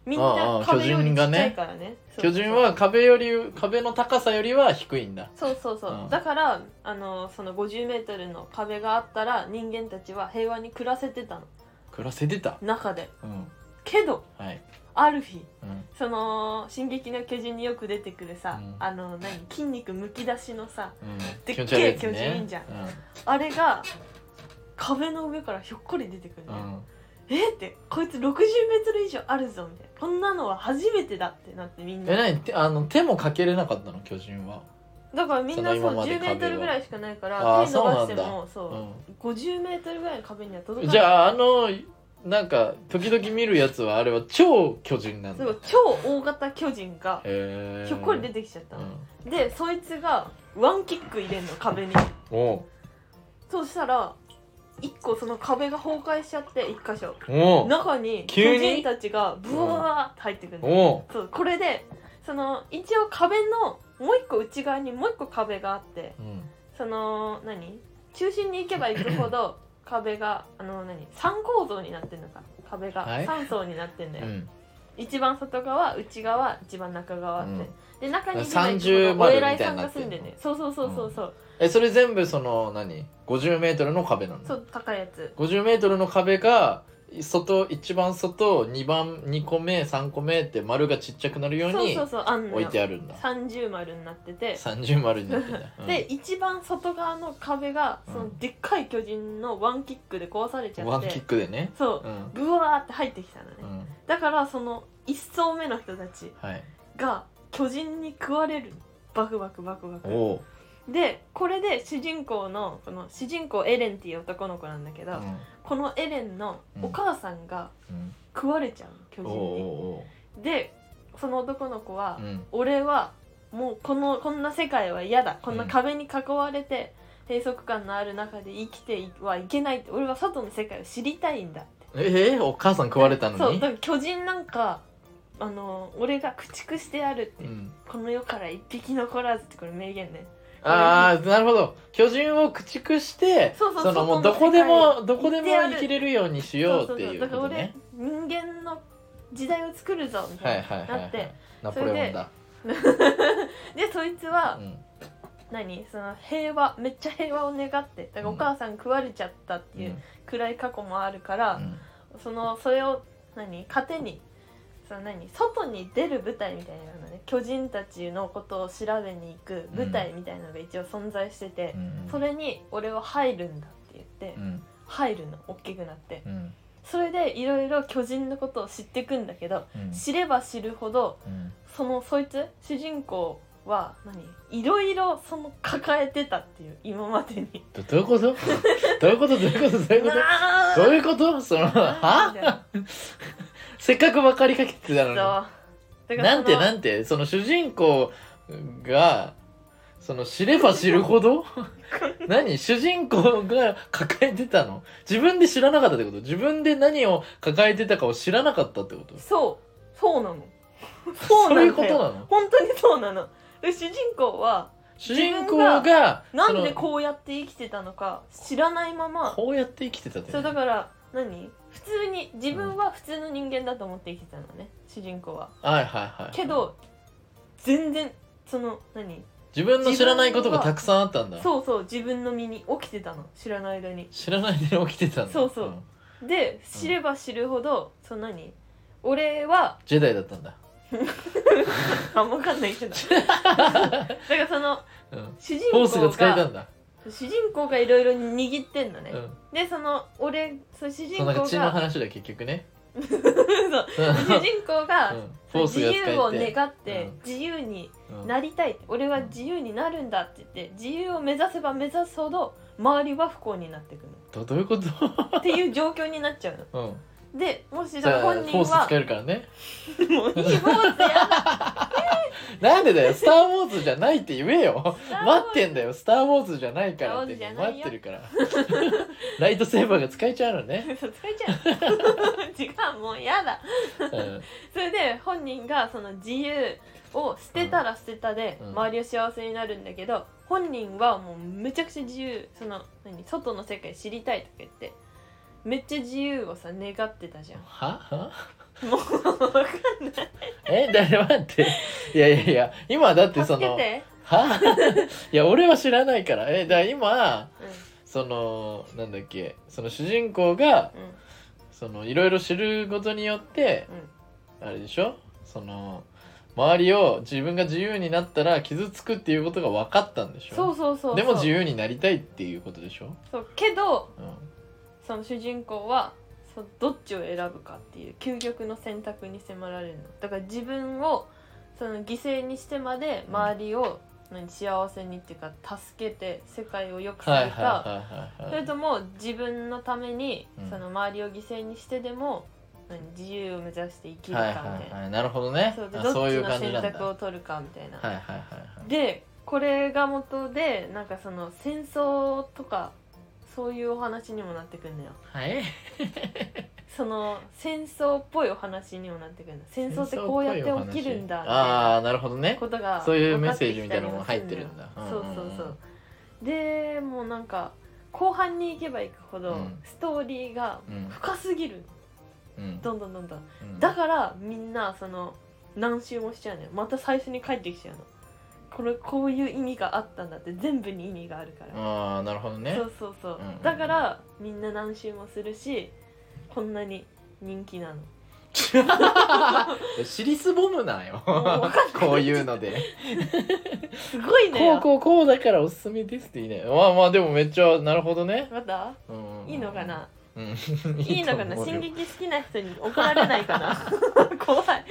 みん
ああ
な壁よ
巨人
りち
が
っ
ね
ちゃいからねそうそ
巨
う
人は壁より壁の高さよりは低いんだ
そうそうそう、
うん
だからあのその50メートルの壁があったら人間たちは平和に暮らせてたの
暮らせてた
中で
うん
けど
はい
ある日
うん
その「進撃の巨人」によく出てくるさ、
うん
あの何筋肉むき出しのさ
うん
でっけえ巨人いいんじゃんあれが壁の上からひょっこり出てくる
う
の
ん
よ、
うん
えってこいつ 60m 以上あるぞみたいなこんなのは初めてだってなってみん
え
な
何てあの手もかけれなかったの巨人は
だからみんな
そ
そ
の今
う
まで壁は
10m ぐらいしかないから
あー
手伸ばしても
う
そ
ん
う 50m ぐらいの壁には届かない
じゃああのなんか時々見るやつはあれは超巨人なん
そ
だ
う超大型巨人が
へえ
ひょっこり出てきちゃった
う
の、
ん
でそいつがワンキック入れんの壁に
お
そうしたら1個その壁が崩壊しちゃって1箇所
うおう
中に
急
巨
に
人たちがブワーって入ってくるの
お
そうこれでその一応壁のもう一個内側にもう一個壁があって
ううん
その何中心に行けば行くほ
[LAUGHS]
ど壁があの何三構造になってんのか壁が、
はい
三層になってんだ
う
よ、
ん
一番外側内側一番中側って、
うん
で中に行けば
30
行くほどお偉い
丸みたい
さ
に
ん
な
が
っ
住
てんの
んでねそうそうそうそうそう、
えそれ全部その何 50m の壁なん
そ
だ
う高いやつ
50m の壁が外一番外2番2個目3個目って丸がちっちゃくなるよう
そう
に
そうそうあんの
置い
よ
てあるんだ
三重丸になってて
30丸になってんだうん
で一番外側の壁がそのでっかい巨人のワンキックで壊されちゃって
ワンキックでね
そう
うん
ブワーって入ってきたのね、
うん
だからその1層目の人たち
はい
が巨人に食われるバクバクバクバク
おう
でこれで主人公のこの主人公エレンっていう男の子なんだけど、
うん
このエレンのお母さんが
うん
食われちゃうの巨
おう
人に、
おう
でその男の子は
おうう、ん
俺はもうこのこんな世界は嫌だこんな壁に囲われて閉塞感のある中で生きてはいけないって俺は外の世界を知りたいんだって
ええお母さん食われたの
そう
に
だから巨人なんかあの俺が駆逐してやるって、
うん
この世から一匹残らずってこれ名言ね
ああなるほど巨人を駆逐して
そうそう
のもうど
外
こ
の世
で
界
もどこでも
行ってやる
生きれるようにしようっていう
そ
ことね
うそうそうだから俺人間の時代を作るぞみた
はいい
な、
はいはい
な
は
って
いナポレオンだ
でそいつは、
うん
何その平和めっちゃ平和を願ってだからお母さん食われちゃったっていう暗い過去もあるから、
うん
そのそれを何糧にその何外に出る舞台みたいなのね巨人たちのことを調べに行く舞台みたいなのが一応存在してて
う、ん
それに俺は入るんだって言って、
うん
入るの大きくなって
うん
それでいろいろ巨人のことを知ってくんだけど
うん
知れば知るほど
うん
そのそいつ主人公は何いろいろその抱えてたっていう今までに。
どどういうこと [LAUGHS] どういうことどういうことどういうことどういうことその
あーみたい
は [LAUGHS] せっかく分かりかけてた
そう
の
だ
に
から
なんて
その
なんてその主人公がその知れば知る
[LAUGHS]
ほど何主人公が抱えてたの自分で知らなかったってこと自分で何を抱えてたかを知らなかったってこと
そうそうなのそう
[LAUGHS] そう
ないん
うこ
だ
と
よ
なの
本当にそうなので主人公は
主人公が
な
そ
ん
の
でこうやって生きてたのか知らないまま
こうやって生きてたって
そうだ
ね
から何普通に自分は普通の人間だと思って生きてたのね主人公は
はいはいはい
けど全然その何
自分の知らないことがたくさんあったんだ
そうそう自分の身に起きてたの知らない間に
知らないで起きてたんだ
そうそうんで知れば知るほどその何俺は
ジェダイだったんだ
あんま分かんないけ
[LAUGHS]
どだからその
うん
主人
フォース
公
が使えた
が
んだ
主人公がいろいろ握ってんのね、
うん
でその俺そう主
そ
人
う
公
なんか
が
血の話だ結局ね
[LAUGHS] そう
うん
主人公が、
うん
そ
フォ
の
ース
自
が使えて
由を願って、
うん
自由に
うん
なりたいって俺は自由になるんだって言って自由を目指せば目指すほど周りは不幸になってくる
どどういうこと
っていう状況になっちゃ
[LAUGHS]
うの。
うん
でもし
じゃあ
本
フ
人
ォース
は
使えるからね
もういい坊主やだ
なんでだよ「スター・ウォーズ」じゃないって言えよ
ターウォーズ
待ってんだよ「スター・ウォーズ」じゃないからって
スターウォーズじゃない
待
よ
ってる
[LAUGHS]
からライトセーバーが使えちゃうのね、
嘘つかれちゃう [LAUGHS] 違うもうやだ
うん、
それで本人がその自由を捨てたら捨てたで
うん
周りは幸せになるんだけど本人はもうめちゃくちゃ自由その何外の世界知りたいとか言ってめっちゃ自由をさ願ってたじ
[LAUGHS]
ゃん
はは
もう分かんない
えだ待っていやいやいや今だってそ
助け
の
て、
はいや俺は知らないからえだから今
う
そのなんだっけその主人公
んう
が
ん
そのいろいろ知ることによって
うん
あれでしょその周りを自分が自由になったら傷つくっていうことが分かったんでしょ
そうそうそうそう
でも自由になりたいっていうことでしょ、
そうけど
うん、
その主人公はそうどっちを選ぶかっていう究極の選択に迫られるのだから自分をその犠牲にしてまで
うん
周りを、何幸せにっていうか助けて世界を良くする
はいはい
か、
はいはい
そ
は
れ
い
とも自分のために、
うん
その周りを犠牲にしてでも何自由を目指して生きるか
は
みた
い
いな、
はいはいなるほどね
そうで
あ
どっ
そうい
ち
う
の
感じ
選
なんだ
択を
は
取るかみたいな。
いはいはいはい
でこれが元でなんかその戦争とかそういうお話にもなってくんだよ
はい
その戦争っぽいお話にもなってくるの戦争ってこうやって起きるんだみたい
あ
な
あーなるほどね
ことが
そういうメッセージみたいなのも入ってるんだ
分かってきたりもするのよそううん
うんうん
そうそうでもうなんか後半に行けば行くほど、
うん
ストーリーが
うん
深すぎる
うん
どんどんどんどん
うん
だからみんなその何周もしちゃうのよまた最初に帰ってきちゃうのこれこういう意味があったんだって全部に意味があるから、
ああなるほどね
そうそうそう、
うんうんうん
だからみんな何周もするしこんなに人気なの
尻すぼむなよ
うわかんない
こういうのです
ごいね
こうこうこうだからおすすめですっていいねまあまあでもめっちゃなるほどね、
また
うんうん
いいのかな、
うん
[LAUGHS] いいのか
と
な
[LAUGHS] 思うよ
進撃好きな人に怒られないか
[LAUGHS]
な怖い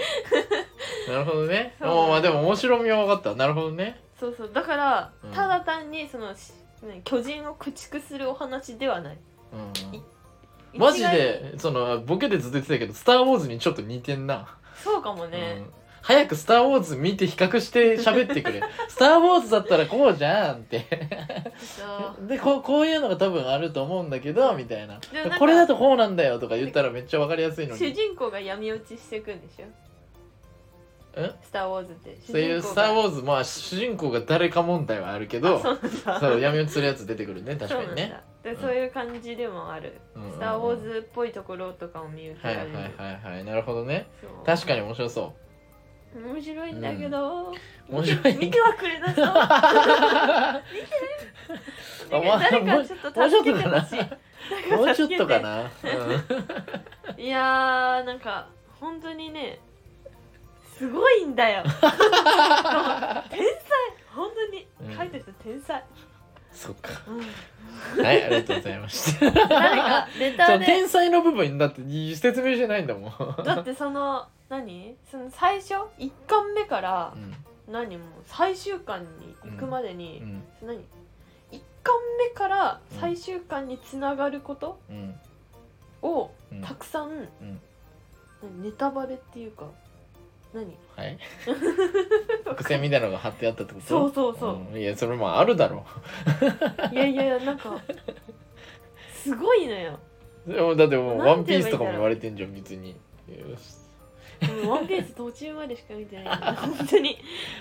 なるほどね
そう
おまあでも面白みは分かったなるほどね
そうそうだから、
うん
ただ単にそのしね巨人を駆逐するお話ではない
うんうん
い
マジ
一概に
でそのボケでずっと言ってたけど「スター・ウォーズ」にちょっと似てんな、
そうかもね、
うん早く「スター・ウォーズ」見て比較して喋って
[LAUGHS]
くれ「スター・ウォーズ」だったらこうじゃんって
そう
でこうこういうのが多分あると思うんだけどみたいな
でもなんか
これだとこうなんだよとか言ったらめっちゃわかりやすいの
主
に
人公が闇落ちしていくんでしょ
え
スター・ウォーズって
そういう「スター・ウ
ーズ
ォーズ」まあ主人公が誰か問題はあるけど
そうなんだ
そう闇落ちするやつ出てくるね確かに
そう
ね
なんだでそういう感じでもある、
うんうんうん
スター・ウォーズっぽいところとかを見受け
はい
ら
は
れ
い
る、
はいはいなるほどね
そう
確かに面白そう
面白いんだけど、 [LAUGHS]
うん面白い
見て見てはくれな
[LAUGHS]
そう
お前
誰かちょっと
もうちょっ
助
と
けてほ
かな
しい
もうちょっとかなうん
いやーなんか本当にねすごいんだよ天才本当に
うん
書いてる人天才、
そっか
うん
はいありがとうございました
誰かレタ
そ
ー
う
で
天才の部分だって説明してないんだもん
だってその何その最初1巻目から
うん
何もう最終巻に行くまでに
う、ん
何1巻目から最終巻につながること
うん
を
うん
たくさん、
うん
何ネタバレっていうか何
はい伏線みたいなのが貼ってあったってこと
そうそうそう、
うんいやそれもあるだろ
いやいやなんかすごいのよ
うでもだってもう「
な
ワン
ん
ピ
て言え
ー
ばいいんだろう
スとかも言われてんじゃん別によし
もうワンピース途中までしか見てないから本当に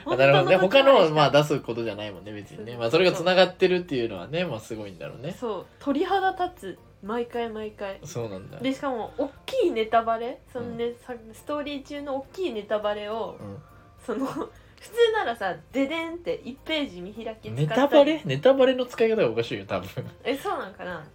あなるほどね
本当途中までし
他
か
のまあ出すことじゃないもんね別にねまあそれがつながってるっていうのはねまあすごいんだろうね
そう鳥肌立つ毎回毎回
そうなんだ
でしかも大きいネタバレその
うん
ね、さストーリー中の大きいネタバレを
うん
その普通ならさデデンって1ページ見開き使ったり
ネタバレネタバレの使い方がおかしいよ多分
えそうなんかな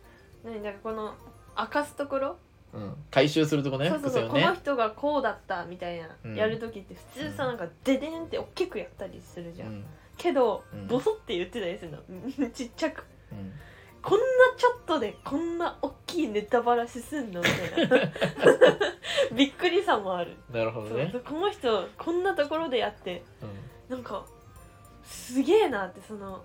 何だかこの明かすところ
うん回収するとこね
そうそうそう、
伏線を
この
ね
人がこうだったみたいな、
うん
やる時って普通さ
う
な
ん
んかデデンって大きくやったりするじ
う
ゃん、
ん
けど、
うん
ボソって言ってたりするの [LAUGHS] ちっちゃく
うん
こんなちょっとでこんな大きいネタバラシすんのみたいな
[LAUGHS]
びっくりさもある、
なるほどね
そうこの人こんなところでやって
う
な
ん
んかすげえなってその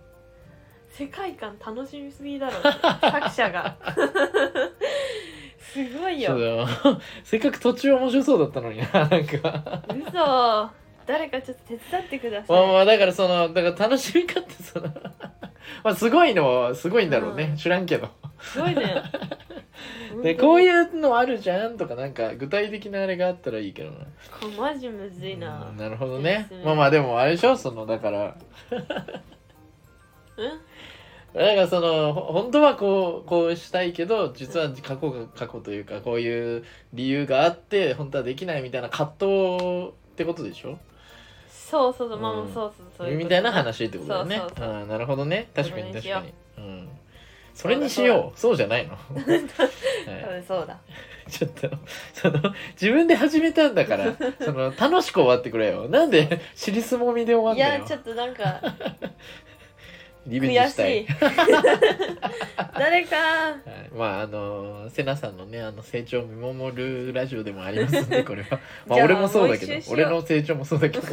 世界観楽しみすぎだろって作者
[LAUGHS]
がすごい
そう
よ
[LAUGHS] だよせっかく途中面白そうだったのにななんか
嘘誰かちょっと手伝ってくださ
まあ
い、
まあだからそのだから楽しみ方その [LAUGHS] まあすごいのはすごいんだろうね、
うん
知らんけど
すごい
[LAUGHS]
ね
でこういううのあるじゃんとかなんか具体的なあれがあったらいいけどな
マジむずいな
うんなるほどね
そうですね
まあまあでもあれでしょそのだから
うん
なんかそのほ本当はこうこうしたいけど実は過去が過去というかこういう理由があって本当はできないみたいな葛藤ってことでしょ
そうそうそうまあまあ
うん
そうそうそううこと
みたいな話ってことだよね
そうそうそう
あーなるほどね確かに
それに
確
しよ
か
う
にうんそれにしようそうじゃない
[LAUGHS]
の、はい、
うんそうだ
ちょっとその自分で始めたんだからその楽しく終わってくれよなんで尻すぼみで終わん
い
だ
や
よ
ちょっとなんか
リベンジ
悔
したい
しい [LAUGHS] 誰か
はい、まああのセナさんのねあの成長を見守るラジオでもあります
[LAUGHS]
んでこれはま
じゃあ
あ俺もそうだけ
もう一周し
ど
よう
俺の成長もそうだけど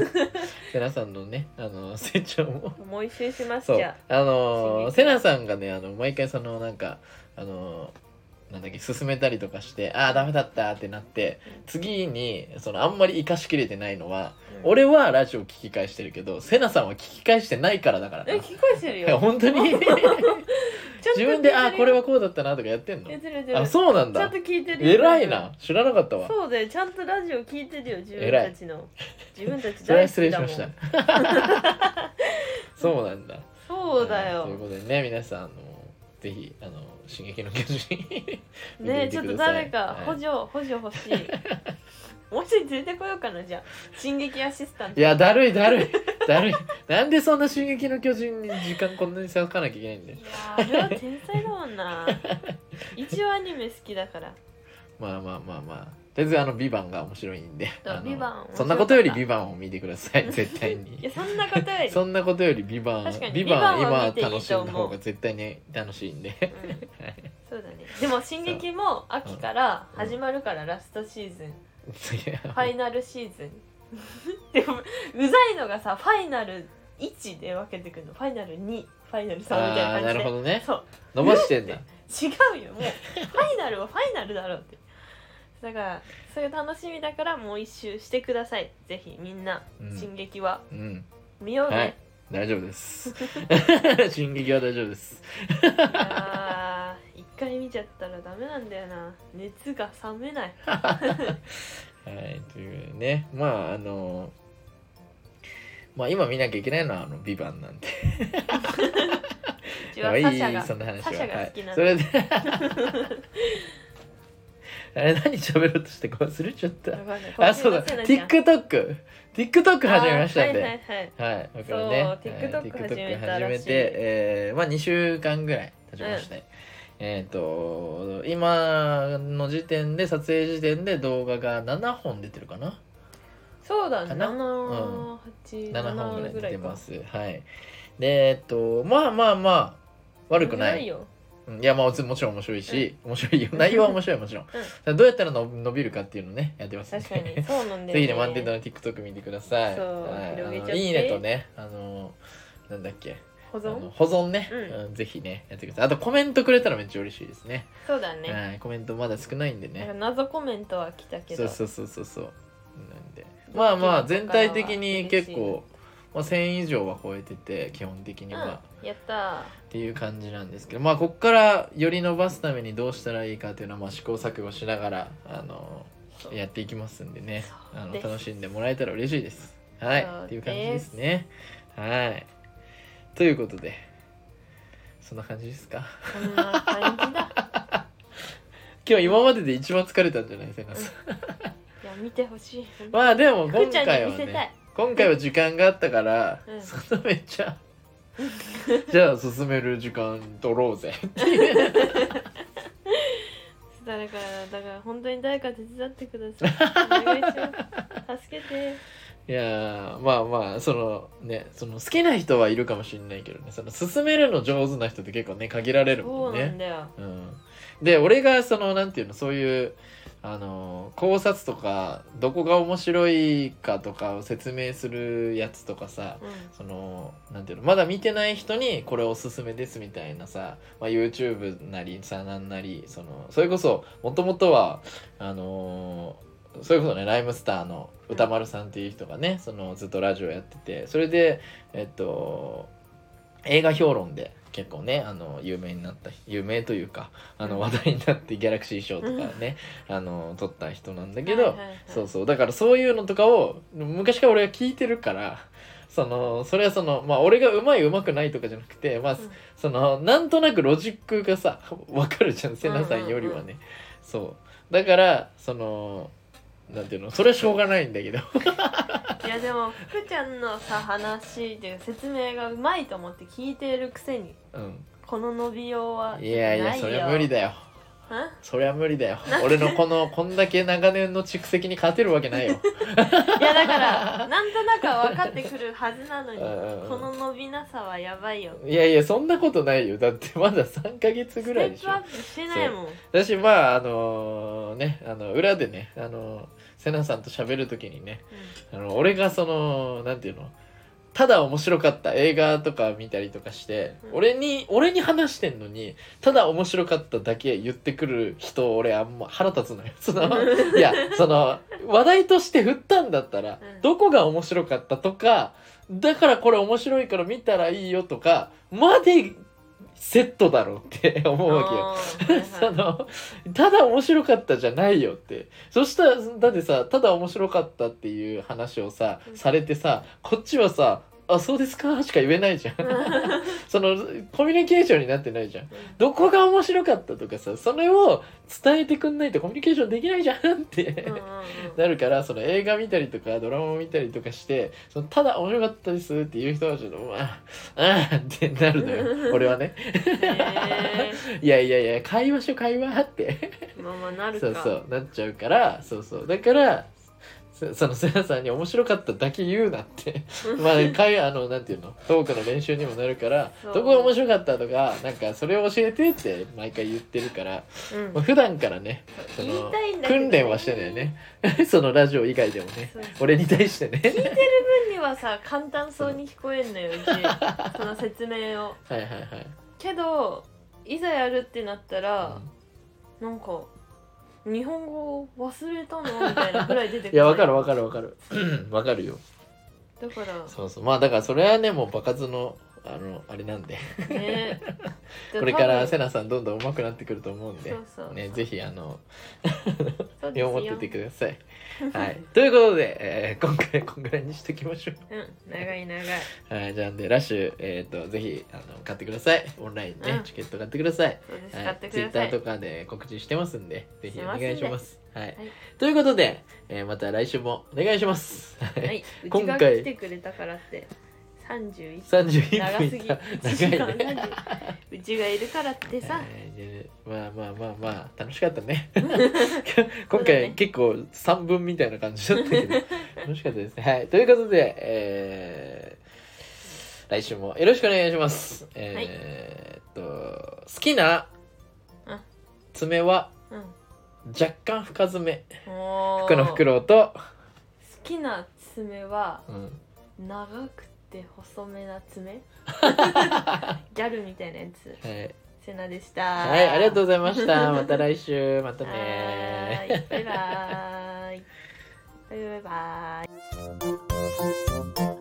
セナさんのねあの成長も
もう一周します
そう
じゃ
あの
し
セ
み
ナさんがねあの毎回そのなんかあのなんだっけ進めたりとかしてああダメだったってなって次にそのあんまり生かしきれてないのは
あ、
俺はラジオ聞き返してるけどセナさんは聞き返してないからだからな
え聞こえてる
はい
よ
本
[LAUGHS]
当に
ちょっと
自分であーこれ
は
はこうだったなとかやってんの
言ってる言ってる
あそうなん
ちゃ
だ
んと聞いてるよ
偉いな知らなかったわ
そうでちゃんとラジオ聞いてるよ自分
偉い
たちの自分たち
[LAUGHS] それは
大
失
好き
礼し
だも
ま
ん
した
[LAUGHS]
そうなんだ
そうだよ」
ということでね皆さんあのぜひあの「進撃の巨人 [LAUGHS] 見て
ねち
みて
ょっ
く
と
ださ
誰
い
か補
はい
助、補助欲し
[LAUGHS]
いもうちょい連れてこようかなじゃあ進撃アシスタン
い
ト
やだるいだるいだるいなんでそんな「進撃の巨人」に時間こんなに割かなきゃいけないんだよ
いやーあれは天才だもん
[LAUGHS]
な一応アニメ好きだから
まあまあまあまあとりあえずあの「ビバンが面白いんで
そう
あの
ビバン面白かった
そんなことより「ビバンを見てください [LAUGHS] 絶対に
いやそんなことより
そんなことより「ビバン
確かに
ビバン
ビバンは見
今
ていいと思う
楽しんだ方が絶対に楽しい
[LAUGHS]
んで
うんそうだねでも「進撃」も秋から始まるからラストシーズン、
いや
ファイナルシーズン [LAUGHS] でもうざいのがさファイナル1で分けてくるのファイナル2ファイナル3みた
ああ
い
ー
な
なるほ
感
どね
じでそう
伸ばして
[LAUGHS]
んだ
違うよもうファイナルはファイナルだろうってだからそういう楽しみだからもう一周してくださいぜひみんな
うん
進撃は
うん
見よう
はい
ね、
大丈夫です
[LAUGHS]
進撃は大丈夫です
いやー一回見ちゃったらダメなんだよな熱が冷めない
はいということでねまああのまあ今見なきゃいけないのはあのビバンなんで
うちは
まあいい
サシャが
そんな話は
サシャが好きなん
そ
で
れで [LAUGHS] あれ何喋ろうとしてこう忘れちゃった
わかんない
あそうだ
こっちのせなちゃん
TikTokTikTok 始めましたんで
あーはいはいはい
はい、僕
そう
もね、
TikTok
はい
始めたらしい
始めて、えーまあ2週間ぐらい経ちまして、えっ、と今の時点で撮影時点で動画が7本出てるかな、
そうだね
かな
7 8 7
7本ぐ
ぐ
ら
ら
い出
い
て
か
ますはいでえっ、とまあまあまあ悪くな
面
い
白よ
うんいやまあもちろん面白いし、面白いよ [LAUGHS] 内容は面白いもちろん、どうやったらの伸びるかっていうのねやってますんで
確か
[LAUGHS]
にそうなんだよ
ぜひね、マンテンドの TikTok 見てください。
そう
はい
広げちゃっ
あの
て
いいねとね、あの、なんだっけ、
保
あの
存
保存ね、
うん
うんぜひね、やってください。あとコメントくれたらめっちゃ嬉しいですね。
そうだね
はい、コメントまだ少ないんで
なんか
ね。
謎コメントは来たけ
そ
ど
うそうそうそうそう。なんで、まあまあ全体的に結構、まあ1000以上は超えてて基本的には、
うんやった
っていう感じなんですけど、まあここからより伸ばすためにどうしたらいいかっていうのはまあ試行錯誤しながらあの
そう
やっていきますんでね
そう
あの
です
楽しんでもらえたら嬉しいですはい
そう
っていう感じですねはいということでそんな感じですか
こんな感じだ
今日今までで一番疲れたんじゃないですか、
いや見てほしい
[LAUGHS] まあでも
ふ
今
ーちゃん
回
に
は
見せた
ね
い
今回は時間があったから、
うん
そんなめっちゃ [LAUGHS] じゃあ進める時間取ろうぜ
誰かだから本当に誰か手伝ってくださいお願いします助けて
いやーまあまあそのねその好きな人はいるかもしれないけどねその進めるの上手な人って結構ね限られる
そ
もん
うなん
ね。
だよ
うん、で俺がそのなんていうのそういうあの考察とかどこが面白いかとかを説明するやつとかさ
うん
そのなんていうのまだ見てない人にこれおすすめですみたいなさ、まあ、YouTube なりさなんなりそのそれこそもともとはあのーそれこそねライムスターの歌丸さんっていう人がねそのずっとラジオやっててそれでえっと映画評論で結構ねあの有名になった有名というかあ
う
の
ん
話題になってギャラクシー賞とかねあの取った人なんだけ
はい
ど
はいはい
そうそうだからそういうのとかを昔から俺が聞いてるからそのそれはそのまあ俺がうまいうまくないとかじゃなくてまあ
うん
そのなんとなくロジックがさ [LAUGHS] わかるじゃんセナさんよりはね、
うんう
そうだからそのなんていうのそれはしょうがないんだけど [LAUGHS]
いやでも福ちゃんのさ話っていうか説明がうまいと思って聞いてるくせに
うん
この伸びようはない
い
よ
やいやそりゃ無理だよ
ん
そりゃ無理だよ俺のこのこんだけ長年の蓄積に勝てるわけないよ
いやだ
[LAUGHS]
からなんとなくは分かってくるはずなのに
うんうんうん
この伸びなさはやばいよ
いやいやそんなことないよだってまだ3ヶ月ぐ
ス
ら
テ
いで
ッ
し
プア
ょ
ップしてないもん
だしまああのねあの裏でねあのセナさんと喋る時にねあの俺がそのなんていうのただ面白かった映画とか見たりとかして、
うん
俺に俺に話してんのにただ面白かっただけ言ってくる人俺あんま腹立つのよ [LAUGHS] そのいやその話題として振ったんだったら、
うん
どこが面白かったとかだからこれ面白いから見たらいいよとかまでセットだろうって思うわけ
け
よ。[LAUGHS] そのただ面白かったじゃないよってそしたらだってさただ面白かったっていう話をさ
うん
されてさこっちはさ「あそうですか」しか言えないじゃん [LAUGHS] そのコミュニケーションになってないじゃんどこが面白かったとかさそれを伝えてくんないとコミュニケーションできないじゃんって [LAUGHS] なるからその映画見たりとかドラマ見たりとかしてそのただ面白かったですっていう人はちょっと「うわあああ」ってなるのよ俺はね [LAUGHS] いやいやいや会話しよう会話って
まあまあなるか
そうそうなっちゃうからそうそうだからそそのセナさんに面白かっただけ言うなって
[LAUGHS]
まあ会あのなんていうのトークの練習にもなるから
そう
どこが面白かったとかなんかそれを教えてって毎回言ってるから、
うん
まあ、普段からねそ
言い
の
たいんだけど
訓練はしてんだよね [LAUGHS] そのラジオ以外でもね
そうそう
俺に対してね
にはさ簡単そうに聞こえんのよう
[LAUGHS]
ちその説明を
はいはいはい、
けどいざやるってなったら
うん、
なんか日本語忘れたのみたいなぐらい出てくる
いやわかるわかるわかる [CLEARS THROAT] わかるよ
だから
そうそうまあだからそれはねもう場数のあのあれなんで
ね
[LAUGHS] これからセ
な
ナさんどんどん上手くなってくると思うんで
そうそう
ね、ぜひあの
そうです
見
よ
守っててくだ
[LAUGHS]
さい。はい、ということで、えー今回 [LAUGHS] こんぐらいにしときましょ。
うん長い長いう
はい、じゃあでラッシュ、えー、とぜひあの買ってください。オンラインね、
うん
チケット買ってください。
そうです、
は
買
い
って、く
ツイ
だ
ッタ
さ
ー
い
とかで告知してますんで、ぜひお願いします。はい、
はい
ということで、えーまた来週もお願いします。は、
はいい、う
今
ちが
回
来てくれたからって31
31
長
分
す
い
ぎ
た長いね。
[LAUGHS] うちがいるからってさ、
はいでまあまあまあまあ楽しかったね
[LAUGHS]
今回、結構散文みたいな感じだったけ
[LAUGHS]
ど楽しかったですねはいということで、えー来週もよろしくお願いしますえーっと好きな
うん
爪は
う
若干深爪
ん、おー
服のフクロウと、
好きな爪は
うん
長くて細めな
[LAUGHS]
爪ギャルみたいなやつ
はい、
セナでした
はい、ありがとうございましたまた来週またね
はーいバイバーイバイバイバイ